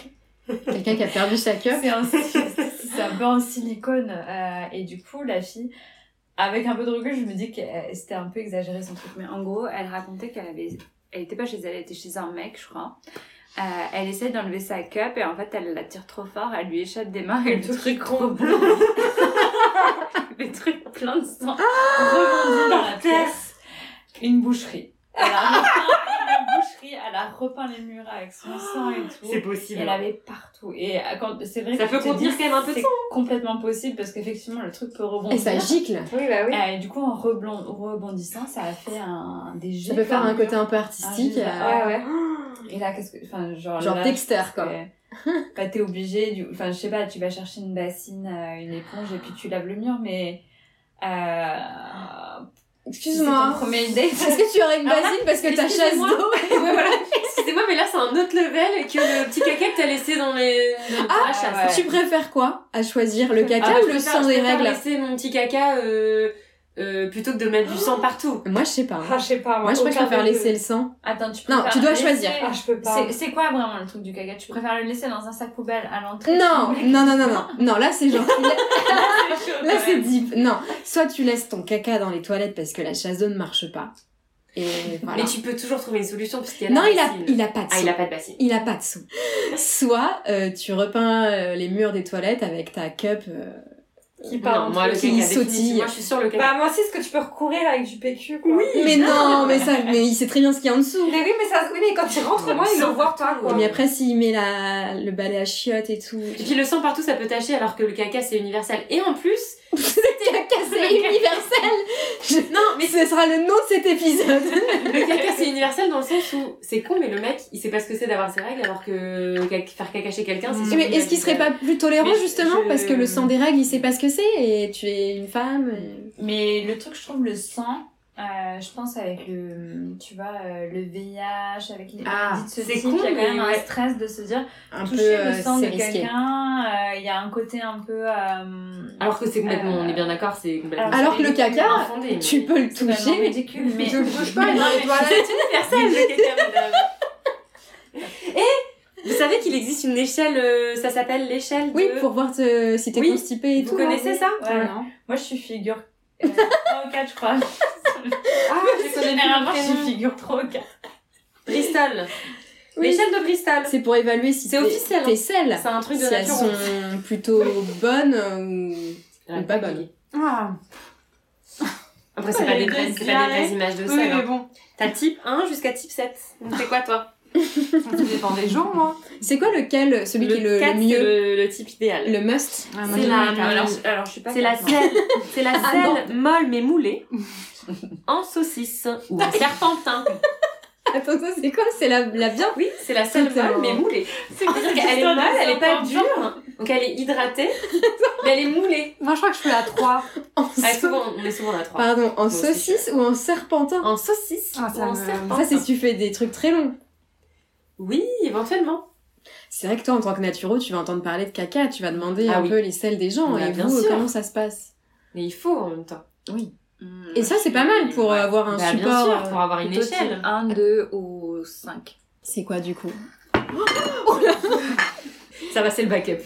Speaker 3: Quelqu'un qui a perdu sa cup.
Speaker 5: C'est un, c'est un peu en silicone. euh, et du coup, la fille, avec un peu de recul, je me dis que euh, c'était un peu exagéré son truc.
Speaker 6: Mais en gros, elle racontait qu'elle avait. Elle était pas chez elle, elle était chez un mec, je crois. Euh, elle essaie d'enlever sa cup et en fait, elle la tire trop fort, elle lui échappe des mains et le truc rebondit. le truc plein de sang.
Speaker 5: Ah, Rebondit dans la pièce, une boucherie. Elle a repeint une boucherie, elle a repeint les murs avec son sang et
Speaker 4: C'est
Speaker 5: tout. Et
Speaker 4: possible.
Speaker 5: elle avait partout. Et euh, quand c'est vrai
Speaker 4: Ça
Speaker 5: que
Speaker 4: peut
Speaker 5: tu te
Speaker 4: contenir
Speaker 5: dis,
Speaker 4: quand même un peu de
Speaker 5: c'est complètement possible parce qu'effectivement, le truc peut rebondir.
Speaker 3: Et ça gicle.
Speaker 2: Oui, bah oui.
Speaker 5: Euh, du coup, en reblon- rebondissant, ça a fait un des
Speaker 3: Ça
Speaker 5: jets
Speaker 3: peut faire un
Speaker 5: comme-
Speaker 3: côté un peu artistique.
Speaker 5: Ah,
Speaker 3: euh,
Speaker 2: Ouais, ouais.
Speaker 5: Et là, qu'est-ce que. Enfin, genre.
Speaker 3: Genre
Speaker 5: là,
Speaker 3: Dexter, quoi.
Speaker 5: que- bah, t'es obligé. Du... Enfin, je sais pas, tu vas chercher une bassine, euh, une éponge et puis tu laves le mur, mais. Euh... C'est
Speaker 3: Excuse-moi.
Speaker 5: ton premier date.
Speaker 3: Est-ce que tu aurais une
Speaker 4: Alors là,
Speaker 3: basine parce que ta chasse
Speaker 4: excusez-moi.
Speaker 3: d'eau
Speaker 4: Ouais, voilà. Excusez-moi, mais là, c'est un autre level que le petit caca que t'as laissé dans les. Ah, la chasse.
Speaker 5: ouais.
Speaker 3: Tu préfères quoi À choisir le
Speaker 4: Ah,
Speaker 3: caca
Speaker 4: bah,
Speaker 3: ou
Speaker 4: je
Speaker 3: le
Speaker 4: préfère-
Speaker 3: sang
Speaker 4: je
Speaker 3: des
Speaker 4: préfère
Speaker 3: règles
Speaker 4: laisser mon petit caca euh, euh, plutôt que de mettre du sang partout.
Speaker 3: Moi, je sais pas. hein.
Speaker 2: Ah, je sais pas.
Speaker 3: Moi, je
Speaker 2: aucun
Speaker 3: préfère faire
Speaker 2: des
Speaker 3: laisser
Speaker 2: deux.
Speaker 3: le sang.
Speaker 5: Attends, tu
Speaker 3: Non,
Speaker 5: préfères
Speaker 3: tu dois
Speaker 5: laisser-
Speaker 3: choisir.
Speaker 2: Ah, je peux pas.
Speaker 5: C'est- C'est quoi vraiment le truc du caca Tu préfères le laisser dans un sac poubelle à l'entrée
Speaker 3: Non, non, non, non, non. Non, là, c'est genre. Là, c'est
Speaker 5: dit.
Speaker 3: deep. Non. Soit tu laisses ton caca dans les toilettes parce que la chasse d'eau ne marche pas. Et voilà.
Speaker 4: Mais tu peux toujours trouver une solution parce qu'il y a la
Speaker 3: Non, il a,
Speaker 4: bassine.
Speaker 3: il a pas de
Speaker 4: Ah,
Speaker 3: sang.
Speaker 4: il a pas de bassine.
Speaker 3: Il a pas de son. Soit euh, tu repeins euh, les murs des toilettes avec ta cup. euh,
Speaker 2: Qui part
Speaker 4: Non, moi, le
Speaker 3: qui
Speaker 4: caca
Speaker 3: sautille.
Speaker 4: définitivement, je suis sur le caca.
Speaker 2: Bah, moi aussi, ce que tu peux recourir là, avec du PQ, quoi.
Speaker 3: Mais non, mais ça, mais il sait très bien ce qu'il y a en dessous.
Speaker 2: Mais oui, mais ça, oui, mais quand il rentre, moi, il le voit pas, quoi.
Speaker 3: Mais après, s'il met la, le balai à chiottes et tout.
Speaker 4: Et puis le sang partout, ça peut tâcher alors que le caca, c'est universel. Et en plus,
Speaker 3: le caca,
Speaker 4: Ah,
Speaker 3: c'est universel. Non, mais ce sera le nom de cet épisode.
Speaker 4: le caca, c'est universel dans le sens où c'est con, mais le mec, il sait pas ce que c'est d'avoir ses règles alors que cac- faire caca chez quelqu'un, c'est
Speaker 3: mais est-ce qu'il serait pas plus tolérant
Speaker 4: Mais je-
Speaker 3: justement
Speaker 4: je-
Speaker 3: parce que le sang des règles, il sait pas ce que c'est et tu es une femme. et-
Speaker 5: Mais le truc, je trouve le sang. euh, je pense avec le, tu vois, euh, le VIH, avec les
Speaker 4: Ah,
Speaker 5: maladies de ce
Speaker 4: c'est
Speaker 5: type,
Speaker 4: con,
Speaker 5: il y a quand
Speaker 4: mais
Speaker 5: même un
Speaker 4: ouais.
Speaker 5: stress de se dire,
Speaker 3: Un peu,
Speaker 5: toucher le
Speaker 3: euh,
Speaker 5: sang de
Speaker 3: c'est risqué.
Speaker 5: quelqu'un, euh, il y a un côté un peu... euh,
Speaker 4: Alors que c'est complètement,
Speaker 5: Euh,
Speaker 4: on est bien d'accord, c'est complètement.
Speaker 5: alors
Speaker 3: Alors que le caca,
Speaker 4: infondé,
Speaker 3: tu
Speaker 4: mais-
Speaker 3: peux le
Speaker 5: c'est vraiment
Speaker 3: toucher. mais-
Speaker 5: ridicule, mais...
Speaker 2: Je le bouge pas, il
Speaker 5: Non,
Speaker 2: va
Speaker 5: mais-
Speaker 2: aux toilettes.
Speaker 4: universel le caca, madame. Et vous savez qu'il existe une échelle, euh, ça s'appelle l'échelle
Speaker 3: Oui,
Speaker 4: de.
Speaker 3: pour voir te- si t'es
Speaker 4: Oui,
Speaker 3: constipé et
Speaker 4: Vous
Speaker 3: tout.
Speaker 4: connaissez ça
Speaker 5: Ouais,
Speaker 2: Ah, non.
Speaker 5: Moi, je suis figure... euh, 3 ou 4, je crois.
Speaker 4: Ah, je connais plus
Speaker 5: Généralement,
Speaker 4: le
Speaker 5: je suis
Speaker 4: prénom.
Speaker 5: figure 3 ou 4.
Speaker 4: Bristol.
Speaker 3: Oui.
Speaker 4: L'échelle de Bristol.
Speaker 3: C'est pour évaluer si
Speaker 4: C'est
Speaker 3: tes-
Speaker 4: officiel, hein.
Speaker 3: tes selles,
Speaker 4: C'est un truc de
Speaker 3: si elles
Speaker 4: nature.
Speaker 3: sont plutôt bonnes euh, ou, ou pas bonnes.
Speaker 2: Ah,
Speaker 4: Après, c'est pas, des vraies c'est pas des vraies images de
Speaker 2: oui,
Speaker 4: ça.
Speaker 2: mais
Speaker 4: hein.
Speaker 2: bon.
Speaker 4: T'as type 1 jusqu'à type 7. Donc, C'est quoi, toi
Speaker 2: Ça dépend des hein. jours, moi.
Speaker 3: C'est quoi lequel, celui qui est le, le
Speaker 4: 4, c'est
Speaker 3: mieux,
Speaker 4: le, le type idéal.
Speaker 3: le must
Speaker 2: Ah,
Speaker 4: C'est la- alors,
Speaker 6: alors, je suis pas
Speaker 4: C'est la selle, c'est la
Speaker 3: Ah,
Speaker 4: selle molle mais moulée, en saucisse ou en serpentin.
Speaker 3: Attends, ça c'est quoi C'est la, la viande
Speaker 4: Oui, c'est la selle
Speaker 3: Totalement.
Speaker 4: molle mais moulée. C'est-à-dire qu'elle est
Speaker 5: histoire
Speaker 4: molle,
Speaker 5: de
Speaker 4: elle est pas
Speaker 5: serpentin
Speaker 4: dure, donc elle est hydratée, mais elle est moulée.
Speaker 2: Moi, je crois que je suis la 3.
Speaker 3: en
Speaker 4: Ah,
Speaker 3: sau-
Speaker 4: souvent, on est souvent à 3.
Speaker 3: Pardon, en
Speaker 4: aussi,
Speaker 3: saucisse ou en serpentin
Speaker 4: En saucisse
Speaker 2: Ah,
Speaker 4: ou
Speaker 2: ça
Speaker 4: en
Speaker 2: me-
Speaker 4: serpentin.
Speaker 3: Ça c'est si tu fais des trucs très longs.
Speaker 4: Oui, éventuellement.
Speaker 3: C'est vrai que toi en tant que naturo, tu vas entendre parler de caca, tu vas demander
Speaker 4: Ah
Speaker 3: un
Speaker 4: oui.
Speaker 3: peu les selles des gens
Speaker 4: Bah,
Speaker 3: et
Speaker 4: bien
Speaker 3: vous
Speaker 4: sûr.
Speaker 3: comment ça se passe.
Speaker 4: Mais il faut en même temps.
Speaker 3: Et ça c'est pas mal pour avoir un
Speaker 4: Bah,
Speaker 3: support.
Speaker 4: bien sûr,
Speaker 3: euh,
Speaker 4: pour avoir une
Speaker 6: Plutôt type
Speaker 4: échelle.
Speaker 6: 1, 2 ou 5.
Speaker 3: C'est quoi du coup
Speaker 4: Ça va, c'est le backup.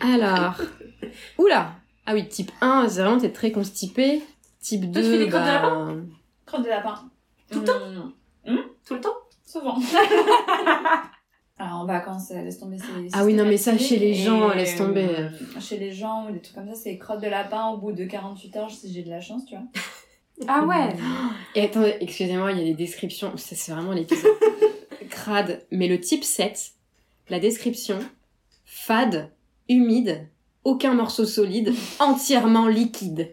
Speaker 3: Alors. Oula Ah oui, type 1, c'est vraiment t'es très constipé. Type
Speaker 4: Toi, tu fais
Speaker 3: 2,
Speaker 4: des crottes de
Speaker 3: bah,
Speaker 5: Crotte de lapin. Mm.
Speaker 4: Tout le
Speaker 5: temps
Speaker 4: Tout le temps
Speaker 5: Souvent. Alors en vacances, euh, laisse tomber. c'est-
Speaker 3: Ah oui, non, mais ça, chez les
Speaker 5: systématisé
Speaker 3: gens,
Speaker 5: et,
Speaker 3: laisse tomber.
Speaker 5: euh, Chez les gens ou des trucs comme ça, c'est crotte de lapin au bout de 48 heures si j'ai de la chance, tu vois.
Speaker 2: Ah ouais.
Speaker 3: Et attendez, excusez-moi, il y a des descriptions. Ça, c'est vraiment l'épisode crade. Mais le type 7, la description fade, humide, aucun morceau solide, entièrement liquide.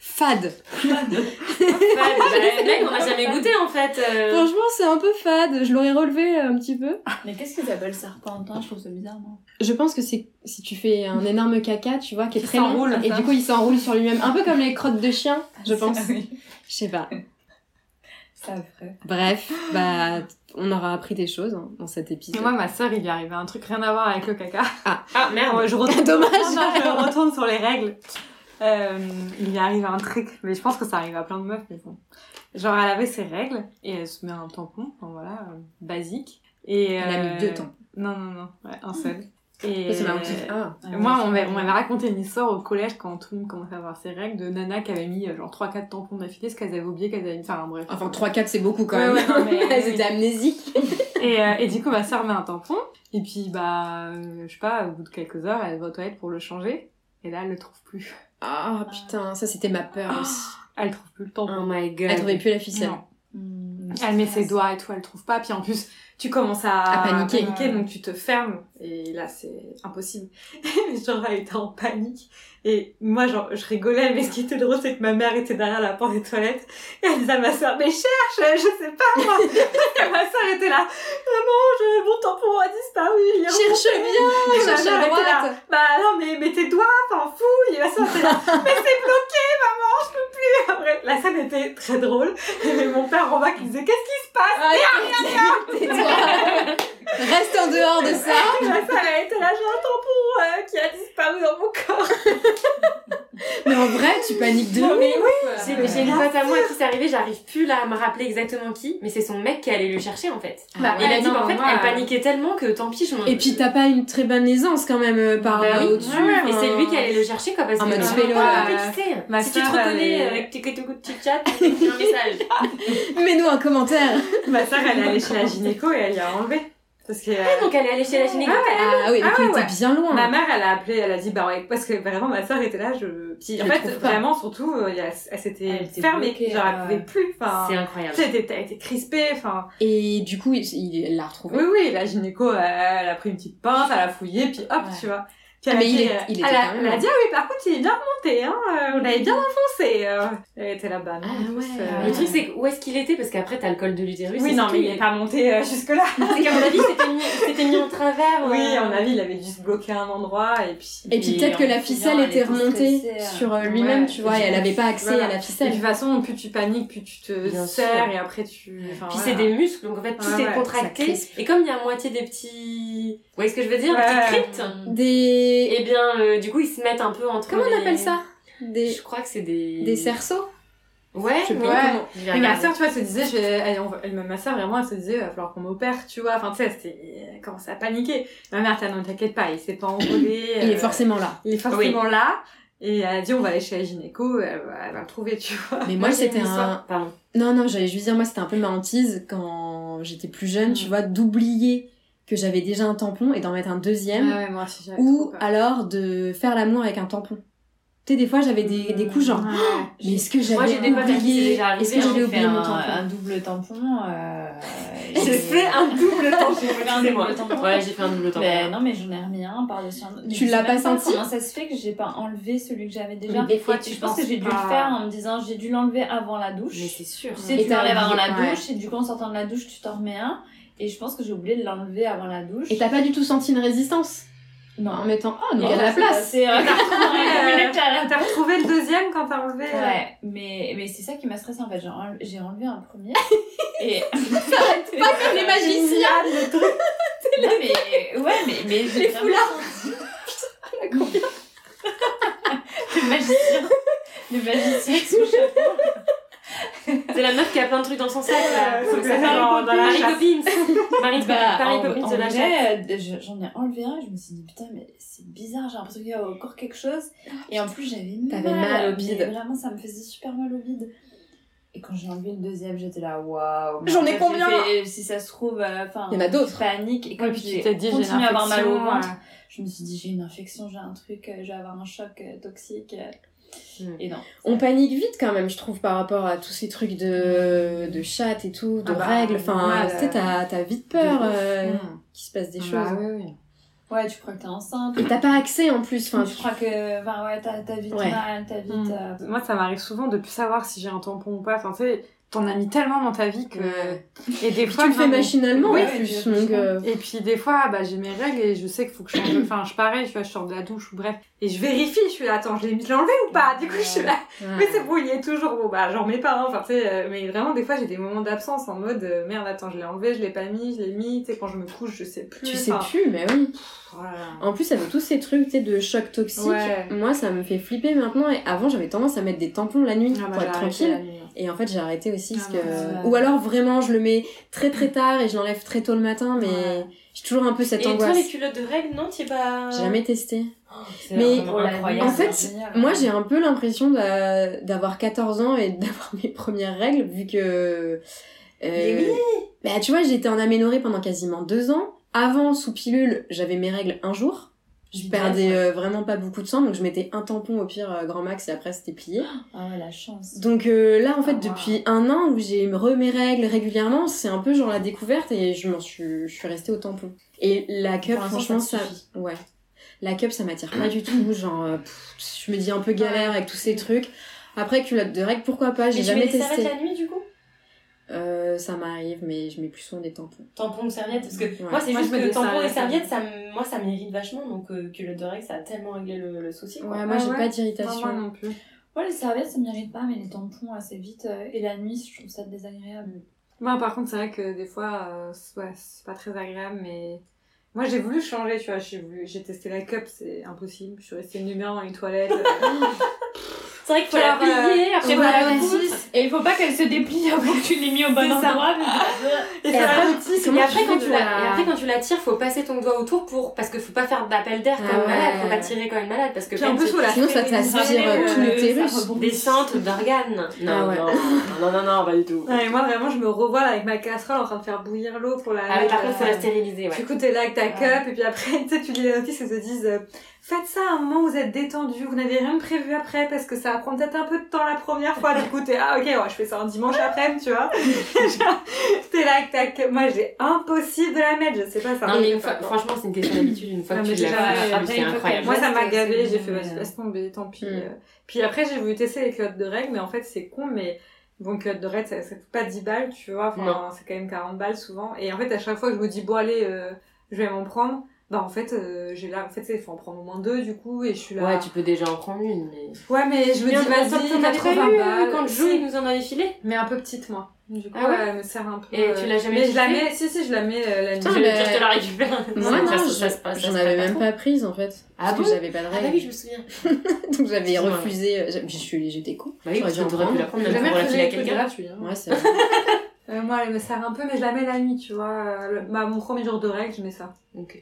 Speaker 3: fade.
Speaker 4: bah, mec, on n'a jamais goûté en fait. euh.
Speaker 3: Franchement, c'est un peu fade. Je l'aurais relevé euh, un petit peu.
Speaker 5: Mais qu'est-ce qu'ils appellent serpentin Je trouve ça bizarre, moi.
Speaker 3: Je pense que c'est si tu fais un énorme caca, tu vois, qui est
Speaker 4: Il
Speaker 3: très long,
Speaker 4: s'enroule,
Speaker 3: et
Speaker 4: ça. Ah,
Speaker 3: du coup il s'enroule sur lui-même, un peu comme les crottes de chien, je pense. Je
Speaker 5: oui,
Speaker 3: sais pas.
Speaker 5: ça ferait.
Speaker 3: Bref, bah on aura appris des choses hein, dans cet
Speaker 2: Et
Speaker 3: épisode.
Speaker 2: moi, ma soeur, il lui arrivait un truc rien à voir avec le caca.
Speaker 4: Ah merde.
Speaker 2: je retourne.
Speaker 3: Dommage.
Speaker 2: Non, non, je retourne sur les règles. Euh, il lui arrive un truc, mais je pense que ça arrive à plein de meufs, mais bon. Genre, elle avait ses règles et elle se met un tampon, enfin voilà, euh, basique. Et
Speaker 3: Elle a mis
Speaker 2: euh,
Speaker 3: deux temps.
Speaker 2: Non, non, non, ouais, un seul. Et
Speaker 3: C'est marrant. Ah.
Speaker 2: Et Moi, on m'avait on m'avait raconté une histoire au collège quand tout le monde commençait à avoir ses règles de nana qui avait mis euh, genre 3-4 tampons d'affilée, ce qu'elles avaient oublié qu'elles avaient mis. Enfin, bref.
Speaker 3: Enfin 3-4 c'est beaucoup quand
Speaker 2: Ouais,
Speaker 3: même.
Speaker 2: ouais, non, mais-
Speaker 3: Elles étaient amnésiques.
Speaker 2: Et, euh, et du coup, ma soeur met un tampon. Et puis, bah, euh, je sais pas, au bout de quelques heures, elle va aux toilettes pour le changer. Et là, elle le trouve plus.
Speaker 3: Ah putain, ça c'était ma peur aussi.
Speaker 2: Elle trouve plus le
Speaker 3: Mmh.
Speaker 2: tampon.
Speaker 4: Oh my god.
Speaker 3: Elle trouvait plus la ficelle.
Speaker 2: Oh. Non.
Speaker 5: Ah,
Speaker 2: Elle met ses doigts et tout, elle trouve pas. Puis en plus, tu commences à,
Speaker 3: À paniquer.
Speaker 2: donc tu te fermes. Et là, c'est impossible. genre, elle était en panique. Et moi, genre, je rigolais, mais ce qui était drôle, c'est que ma mère était derrière la porte des toilettes. Et elle disait à ma soeur, mais cherche, je sais pas, moi. et ma soeur était là, maman, je- mon tampon a disparu. il est
Speaker 3: Cherche bien,
Speaker 2: Et ma
Speaker 3: cherche
Speaker 2: mère
Speaker 3: à
Speaker 2: était là,
Speaker 3: droite.
Speaker 2: bah non, mais mets tes doigts, t'en fouille. Et ma soeur était là, mais c'est bloqué, maman, je peux plus. Après, la scène était très drôle. Et mon père en bas qui disait, qu'est-ce qui se passe
Speaker 3: Ah, Tais-toi. Reste en dehors de ça.
Speaker 2: Et ma soeur, elle était là, j'ai un tampon euh, qui a disparu dans mon corps.
Speaker 3: Mais en vrai, tu paniques de ouf.
Speaker 4: J'ai j'ai une pote à moi à qui c'est arrivé, j'arrive plus là à me rappeler exactement qui, mais c'est son mec qui est allé le chercher en fait.
Speaker 3: Bah
Speaker 4: Et il a dit
Speaker 2: non,
Speaker 4: qu'en fait,
Speaker 2: moi,
Speaker 4: elle paniquait tellement que tant pis, je m'en.
Speaker 3: Et puis t'as pas une très bonne aisance quand même euh, par
Speaker 4: Bah
Speaker 3: là
Speaker 4: oui.
Speaker 3: au-dessus.
Speaker 2: Ouais, ouais,
Speaker 4: Et
Speaker 3: enfin.
Speaker 4: c'est lui qui allait le chercher quoi, parce
Speaker 3: En
Speaker 4: que
Speaker 3: mode
Speaker 4: tu
Speaker 3: vélo,
Speaker 4: pas
Speaker 2: euh,
Speaker 4: qui c'est.
Speaker 2: ma
Speaker 4: Si tu te
Speaker 2: sœur, euh,
Speaker 4: reconnais
Speaker 2: elle est-
Speaker 4: avec tes tes coups de chit-chat, tu fais un message.
Speaker 3: Mets-nous un commentaire.
Speaker 2: euh, Ma soeur, elle est allée chez la gynéco et elle lui a enlevé. Parce que. euh,
Speaker 4: Donc elle est allée chez la gynéco.
Speaker 3: Ah oui, donc
Speaker 2: Ah
Speaker 3: il
Speaker 2: ouais,
Speaker 3: était
Speaker 2: ouais.
Speaker 3: bien loin.
Speaker 2: Ma mère, elle a appelé, elle a dit, bah ouais, parce que vraiment, ma soeur était là, je. Puis en
Speaker 3: Je
Speaker 2: fait,
Speaker 3: trouve pas.
Speaker 2: vraiment, surtout, euh, elle, elle s'était
Speaker 5: Elle était
Speaker 2: fermée,
Speaker 5: bloquée,
Speaker 2: genre,
Speaker 5: euh,
Speaker 2: elle pouvait plus, enfin.
Speaker 4: C'est
Speaker 2: tu
Speaker 4: incroyable.
Speaker 2: sais, Elle était, elle était crispée, enfin.
Speaker 3: Et du coup, il il l'a retrouvé.
Speaker 2: Oui, oui, la gynéco, elle, elle a pris une petite pince, elle a fouillé, puis hop,
Speaker 5: Ouais.
Speaker 2: tu vois. Puis
Speaker 3: Ah, mais
Speaker 2: a
Speaker 3: il
Speaker 2: dit,
Speaker 3: est-
Speaker 2: euh,
Speaker 3: il
Speaker 2: elle
Speaker 3: était
Speaker 2: a-
Speaker 3: quand
Speaker 2: elle
Speaker 3: même
Speaker 2: a
Speaker 3: là.
Speaker 2: dit, ah oui, par contre, il est bien remonté, hein, euh, on avait bien enfoncé. euh. Elle était là-bas, non,
Speaker 3: Ah
Speaker 2: en plus,
Speaker 3: ouais.
Speaker 2: euh,
Speaker 4: Le truc c'est que- où est-ce qu'il était parce qu'après t'as le col de l'utérus. et
Speaker 2: Oui, non,
Speaker 4: c'est
Speaker 2: mais
Speaker 4: tout,
Speaker 2: il est pas monté euh, jusque-là.
Speaker 4: C'est qu'à mon avis, il s'était mis- il s'était mis en travers.
Speaker 2: Oui,
Speaker 4: euh,
Speaker 2: à mon avis, il avait juste bloqué un endroit, et puis...
Speaker 3: Ah, Et puis peut-être que la ficelle
Speaker 5: elle
Speaker 3: était
Speaker 5: était
Speaker 3: remontée
Speaker 5: stressée, euh,
Speaker 3: sur euh, lui-même,
Speaker 2: ouais,
Speaker 3: tu vois,
Speaker 2: et
Speaker 3: et elle
Speaker 2: puis-
Speaker 3: avait pas accès
Speaker 2: voilà.
Speaker 3: à la
Speaker 2: Et de toute
Speaker 3: ficelle.
Speaker 2: façon, plus tu paniques, plus tu te
Speaker 4: Bien
Speaker 2: serres,
Speaker 4: sûr.
Speaker 2: et après tu... enfin,
Speaker 4: Puis
Speaker 2: voilà.
Speaker 4: c'est des muscles, donc en fait tout
Speaker 2: Ouais,
Speaker 4: est
Speaker 2: ouais,
Speaker 3: ça
Speaker 4: contracté.
Speaker 3: crispe.
Speaker 4: Et comme il y a à moitié des petits. Vous voyez ce que je veux dire
Speaker 2: Ouais.
Speaker 4: Des petites cryptes.
Speaker 3: Des.
Speaker 4: Et bien euh, du coup ils se mettent un peu entre.
Speaker 3: Comment on
Speaker 4: les-
Speaker 3: appelle ça Des.
Speaker 4: Je crois que c'est des.
Speaker 3: Des cerceaux
Speaker 4: Ouais,
Speaker 3: Je sais
Speaker 4: ouais.
Speaker 2: pas
Speaker 4: Comment... Je vais
Speaker 2: Mais ma
Speaker 4: regarder.
Speaker 2: soeur, tu vois, se disait, je vais- elle, on va- elle- ma soeur vraiment, elle se disait, il va falloir qu'on m'opère, tu vois. Enfin, tu sais, elle s'était- elle commençait à paniquer. Ma mère, t'as non, t'inquiète pas, il s'est pas envolé.
Speaker 3: Il est
Speaker 2: euh,
Speaker 3: forcément là.
Speaker 2: Il est forcément là. Et elle a dit, on va aller chez la gynéco, elle, va- elle va le trouver, tu vois.
Speaker 3: Mais moi,
Speaker 4: Moi, j'ai
Speaker 3: c'était
Speaker 4: une histoire-
Speaker 3: un.
Speaker 4: Pardon.
Speaker 3: Non, non, j'allais juste dire, moi, c'était un peu ma hantise quand j'étais plus jeune, tu vois, d'oublier que j'avais déjà un tampon et d'en mettre un deuxième.
Speaker 2: Ah ouais, moi aussi, j'avais
Speaker 3: ou alors de faire l'amour avec un tampon. Tu sais, des fois, j'avais des, des coups
Speaker 2: Mm.
Speaker 3: genre. Mais est-ce que
Speaker 4: Moi,
Speaker 3: j'avais
Speaker 4: j'ai des potes à qui c'est
Speaker 3: oublié
Speaker 4: déjà arrivé,
Speaker 3: Est-ce que
Speaker 4: hein,
Speaker 3: j'avais
Speaker 5: J'ai
Speaker 3: oublié
Speaker 5: fait
Speaker 3: mon
Speaker 5: un- Un
Speaker 3: tampon
Speaker 5: double tampon. euh,
Speaker 4: J'ai
Speaker 5: et-
Speaker 4: fait un double tampon. Excusez-moi.
Speaker 5: double tampon.
Speaker 4: Ouais, j'ai fait un double tampon.
Speaker 5: Ben non, mais j'en ai remis un par-dessus un autre. Mais
Speaker 3: Tu
Speaker 5: je sais
Speaker 3: l'as
Speaker 5: même
Speaker 3: pas senti
Speaker 5: Comment ça se fait que j'ai pas enlevé celui que j'avais déjà
Speaker 2: Mais des fois,
Speaker 5: Et
Speaker 2: tu
Speaker 5: Je pense que
Speaker 2: penses
Speaker 5: j'ai dû le
Speaker 2: pas.
Speaker 5: faire en me disant j'ai dû l'enlever avant la douche.
Speaker 4: Mais c'est sûr.
Speaker 5: Tu sais,
Speaker 3: Et
Speaker 5: tu
Speaker 3: t'as
Speaker 5: l'enlèves avant la
Speaker 3: oublié, ouais.
Speaker 5: douche et du coup en sortant de la douche, tu t'en remets un. Et je pense que j'ai oublié de l'enlever avant la douche.
Speaker 3: Et t'as pas du tout senti une résistance en
Speaker 5: Non,
Speaker 3: mettant Oh,
Speaker 5: mais
Speaker 3: donc il y a de la place
Speaker 5: C'est euh,
Speaker 2: Ah, T'as retrouvé le deuxième quand t'as enlevé. euh,
Speaker 5: Ouais, mais, mais c'est ça qui m'a stressée en fait. J'ai enlevé, j'ai enlevé un premier. et.
Speaker 3: Pas comme les magiciens
Speaker 5: Non, mais. Ouais, mais, mais j'ai
Speaker 3: Les
Speaker 5: vraiment senti- Le magicien. Le magicien sous chapeau.
Speaker 4: C'est la meuf qui a plein de trucs dans son sac. là.
Speaker 2: Ouais,
Speaker 4: Ça
Speaker 2: ouais,
Speaker 4: s'appelle
Speaker 2: dans- dans la
Speaker 4: Mary
Speaker 2: chatte.
Speaker 4: Poppins. Marie
Speaker 5: Bah,
Speaker 4: Paris
Speaker 5: en-
Speaker 4: Poppins
Speaker 5: en
Speaker 4: de la chatte.
Speaker 5: vrai, euh, je- j'en ai enlevé un et je me suis dit putain mais c'est bizarre j'ai l'impression qu'il y a encore quelque chose et en plus j'avais mal,
Speaker 3: Ah, T'avais mal au
Speaker 5: mais
Speaker 3: bide.
Speaker 5: vraiment ça me faisait super mal au bide et quand j'ai enlevé le deuxième j'étais là waouh mais
Speaker 3: J'en
Speaker 5: en
Speaker 3: ai
Speaker 5: fait,
Speaker 3: combien
Speaker 5: j'ai fait, si ça se trouve euh, enfin
Speaker 3: Il y en a d'autres.
Speaker 5: je panique et
Speaker 2: Et
Speaker 5: comme
Speaker 2: puis
Speaker 5: j'ai
Speaker 2: tu t'es dit, j'ai une
Speaker 5: continué à avoir mal au
Speaker 2: infection.
Speaker 5: ventre je me suis dit j'ai une infection j'ai un truc euh, je vais avoir un choc euh, toxique euh.
Speaker 4: Hmm.
Speaker 5: et non
Speaker 3: Mm. On panique vite quand même, je trouve, par rapport à tous ces trucs de, de chatte et tout, de
Speaker 2: Ah bah,
Speaker 3: règles. Enfin,
Speaker 2: normal,
Speaker 3: tu sais, t'as t'as vite peur euh, qu'il se passe des choses.
Speaker 2: Mm. Bah, oui, oui.
Speaker 5: ouais tu crois que t'es enceinte
Speaker 3: Et t'as pas accès en plus. Enfin,
Speaker 5: tu crois que enfin ouais t'as t'as vite
Speaker 3: Ouais. Mm.
Speaker 5: mal t'as vite
Speaker 2: Hmm.
Speaker 5: euh,
Speaker 2: Moi, ça m'arrive souvent de plus savoir si j'ai un tampon ou pas. Enfin, tu sais, t'en as mis tellement dans ta vie que.
Speaker 3: Ouais.
Speaker 2: Et des
Speaker 3: Puis
Speaker 2: fois.
Speaker 3: tu le fais
Speaker 2: non, mais-
Speaker 3: machinalement
Speaker 2: Oui,
Speaker 3: en plus.
Speaker 5: oui,
Speaker 3: Donc, euh,
Speaker 2: Et puis des fois, bah, j'ai mes règles et je sais qu'il faut que je change. de- Enfin, je parais, tu vois, je sors de la douche ou bref. Et je vérifie, je suis là, attends, je l'ai mis l'enlever ou pas Du coup, je suis là. Mais c'est bon, il y est toujours. Bon, bah, j'en mets pas. hein. Enfin, tu sais, euh, mais vraiment, des fois, j'ai des moments d'absence en mode euh, merde, attends, je l'ai enlevé, je l'ai pas mis, je l'ai mis. Tu sais, quand je me couche, je sais plus.
Speaker 3: tu sais
Speaker 2: Enfin,
Speaker 3: plus, mais oui.
Speaker 2: voilà.
Speaker 3: En plus, avec tous ces trucs, tu sais, de choc toxique,
Speaker 2: Ouais.
Speaker 3: moi, ça me fait flipper maintenant. Et avant, j'avais tendance à mettre des tampons la nuit
Speaker 2: Ah, bah,
Speaker 3: pour
Speaker 2: j'ai
Speaker 3: être
Speaker 2: arrêté
Speaker 3: tranquille.
Speaker 2: la nuit.
Speaker 3: Et en fait, j'ai arrêté aussi.
Speaker 2: Ah,
Speaker 3: parce
Speaker 2: non,
Speaker 5: c'est
Speaker 3: que...
Speaker 5: vrai.
Speaker 3: Ou alors, vraiment, je le mets très très tard et je l'enlève très tôt le matin, mais
Speaker 2: Ouais.
Speaker 3: j'ai toujours un peu cette
Speaker 4: Et toi,
Speaker 3: angoisse.
Speaker 4: les culottes de règles, non, t'y es pas.
Speaker 3: J'ai jamais testé.
Speaker 4: C'est
Speaker 3: Mais-
Speaker 4: vraiment
Speaker 5: Ouais,
Speaker 4: incroyable.
Speaker 3: en fait,
Speaker 5: c'est génial.
Speaker 3: Moi, j'ai un peu l'impression d'a- d'avoir 14 ans et d'avoir mes premières règles, vu que. euh,
Speaker 4: Mais oui.
Speaker 3: Bah, tu vois, j'étais en aménorée pendant quasiment deux ans. Avant, sous pilule, j'avais mes règles un jour. Je
Speaker 4: Vitesse,
Speaker 3: perdais
Speaker 4: ouais.
Speaker 3: euh, vraiment pas beaucoup de sang, donc je mettais un tampon au pire euh, grand max et après c'était plié.
Speaker 5: Ah ouais, la chance.
Speaker 3: Donc euh, là, en fait,
Speaker 5: Ah, wow.
Speaker 3: depuis un an où j'ai re mes règles régulièrement, c'est un peu genre la découverte et je m'en suis, je suis restée au tampon. Et la cup,
Speaker 5: Pour l'instant,
Speaker 3: franchement,
Speaker 5: ça
Speaker 3: ça,
Speaker 5: te
Speaker 3: ouais, la cup, ça m'attire pas du tout. Genre, euh, pff, je me dis un peu galère avec tous ces trucs. Après, culotte de règles, pourquoi pas J'ai
Speaker 4: Et tu mets
Speaker 3: jamais
Speaker 4: des serviettes
Speaker 3: testé.
Speaker 4: la nuit, du coup
Speaker 3: Euh, ça m'arrive, mais je mets plus souvent des tampons.
Speaker 4: Tampon ou serviette Parce que
Speaker 3: Ouais.
Speaker 4: moi, c'est
Speaker 2: Moi,
Speaker 4: juste
Speaker 2: je mets
Speaker 4: que
Speaker 2: des
Speaker 4: tampon et
Speaker 2: serviettes.
Speaker 4: serviette, ça, m- moi, ça m'irrite vachement. Donc, euh, culotte de règles, ça a tellement réglé le, le souci. quoi.
Speaker 3: Ouais, moi,
Speaker 2: Ah
Speaker 3: j'ai
Speaker 2: ouais.
Speaker 3: pas
Speaker 2: Non, moi
Speaker 3: d'irritation.
Speaker 2: non plus.
Speaker 5: Moi, les serviettes, ça m'irrite pas, mais les tampons, assez vite. euh, et la nuit, je trouve ça désagréable.
Speaker 2: Moi, par contre, c'est vrai que des fois, euh, c'est- ouais, c'est pas très agréable, mais moi j'ai voulu changer, tu vois. J'ai voulu... j'ai testé la cup, c'est impossible. Je suis restée une demi heure dans les toilettes. euh,
Speaker 4: C'est vrai qu'il faut la
Speaker 2: Genre, euh,
Speaker 4: plier, après
Speaker 5: Et,
Speaker 4: on
Speaker 5: voilà,
Speaker 4: la
Speaker 5: la
Speaker 4: coupe.
Speaker 5: vis. Et il faut pas qu'elle se déplie avant que tu l'aies mis au bon
Speaker 2: C'est ça.
Speaker 5: endroit.
Speaker 2: Et
Speaker 4: Et
Speaker 2: ça
Speaker 4: après,
Speaker 2: ralentit,
Speaker 4: Et
Speaker 3: Comment
Speaker 4: après,
Speaker 3: tu
Speaker 4: quand
Speaker 3: fais
Speaker 4: tu
Speaker 3: de
Speaker 4: la...
Speaker 3: la-
Speaker 4: et après, quand tu la tires, faut passer ton doigt autour pour. Parce que faut pas faire d'appel d'air
Speaker 3: Ah
Speaker 4: comme
Speaker 3: ouais.
Speaker 4: malade, faut pas tirer comme une malade. Parce que
Speaker 2: Puis en
Speaker 4: quand
Speaker 2: plus,
Speaker 4: tu-
Speaker 2: faut la
Speaker 3: Sinon, ça
Speaker 2: stériliser,
Speaker 3: t'aspire,
Speaker 2: euh,
Speaker 3: tout le
Speaker 2: ça
Speaker 3: utérus.
Speaker 2: rebondit.
Speaker 4: Descente d'organes. Non,
Speaker 3: Ah ouais.
Speaker 4: non, non, non, non, pas du tout.
Speaker 2: Ouais, et moi vraiment, je me revois là, avec ma casserole en train de faire bouillir l'eau pour la.
Speaker 4: Ah, mais par contre, faut
Speaker 2: euh,
Speaker 4: la stériliser, ouais.
Speaker 2: Du coup, t'es là avec ta
Speaker 5: Ouais.
Speaker 2: cup, et puis après, tu sais, tu lis les notices et te disent euh, Faites ça à un moment où vous êtes détendu, vous n'avez rien de prévu après, parce que ça va prendre peut-être un peu de temps la première fois. Du coup, t'es Ah, ok, ouais, je fais ça un dimanche après, tu vois. Genre, t'es là avec ta cup. Moi, j'ai impossible de la mettre, je sais pas, ça
Speaker 4: Non, mais
Speaker 2: arrive,
Speaker 4: une fois,
Speaker 2: quoi.
Speaker 4: franchement, c'est une question d'habitude. Une fois
Speaker 2: Ah,
Speaker 4: que
Speaker 2: mais
Speaker 4: tu
Speaker 2: déjà,
Speaker 4: l'as
Speaker 2: ouais,
Speaker 4: fait,
Speaker 5: après,
Speaker 4: c'est
Speaker 5: une fois
Speaker 4: incroyable.
Speaker 2: Moi, ça m'a
Speaker 5: Reste,
Speaker 2: gavé,
Speaker 5: c'est
Speaker 2: j'ai fait,
Speaker 5: bon,
Speaker 2: vas-y,
Speaker 5: euh,
Speaker 2: laisse tomber, tant pis.
Speaker 3: Hmm.
Speaker 2: euh. Puis après, j'ai voulu tester les culottes de règles, mais en fait, c'est con, mais bon, culotte de règles, ça, ça coûte pas 10 balles, tu vois, enfin,
Speaker 4: Non.
Speaker 2: c'est quand même 40 balles souvent. Et en fait, à chaque fois, je me dis, bon, allez, euh, je vais m'en prendre. Bah, en fait, euh, j'ai là, en fait, il faut en prendre au moins deux, du coup, et je suis là.
Speaker 4: Ouais, tu peux déjà en prendre une, mais.
Speaker 2: Ouais, mais je me dis,
Speaker 4: Mais on- on s'en-
Speaker 2: vas-y,
Speaker 4: t'en avais pas
Speaker 2: 80
Speaker 4: eu, euh,
Speaker 2: balles.
Speaker 4: Quand Joe, il nous en avait filé.
Speaker 2: Mais un peu petite, moi. Du coup,
Speaker 4: Ah ouais
Speaker 2: elle me sert un peu.
Speaker 4: Et
Speaker 2: euh,
Speaker 4: tu l'as jamais
Speaker 2: Mais je la
Speaker 4: touchée
Speaker 2: mets, si, si, je la mets euh, la nuit.
Speaker 4: Putain,
Speaker 3: mais-
Speaker 4: je te la récupère.
Speaker 3: Moi,
Speaker 4: Ça,
Speaker 3: non,
Speaker 4: ça, ça se passe-
Speaker 3: je-
Speaker 4: ça
Speaker 3: j'en
Speaker 4: se
Speaker 3: avais
Speaker 4: passe
Speaker 3: même
Speaker 4: trop.
Speaker 3: pas prise en fait.
Speaker 4: Ah
Speaker 3: parce
Speaker 4: bon
Speaker 3: que j'avais pas de
Speaker 4: Ah,
Speaker 3: règles.
Speaker 4: bah oui, je me souviens.
Speaker 3: Donc j'avais
Speaker 4: Excuse-moi.
Speaker 3: refusé. euh, j'ai- Puis je suis, j'étais con.
Speaker 4: Bah oui,
Speaker 3: J'aurais
Speaker 4: parce
Speaker 3: dû
Speaker 4: que
Speaker 3: en
Speaker 4: t'aurais pu
Speaker 3: prendre.
Speaker 4: la prendre
Speaker 2: J'ai
Speaker 4: même
Speaker 2: jamais
Speaker 4: pour la filer
Speaker 2: refusé
Speaker 4: à
Speaker 2: les trucs gratuits,
Speaker 4: quelqu'un.
Speaker 2: hein.
Speaker 3: Ouais, ça.
Speaker 2: Euh, moi, elle me sert un peu, mais je la mets la nuit, tu vois. Euh, le- ma- mon premier jour de règle, je mets ça.
Speaker 4: Ok.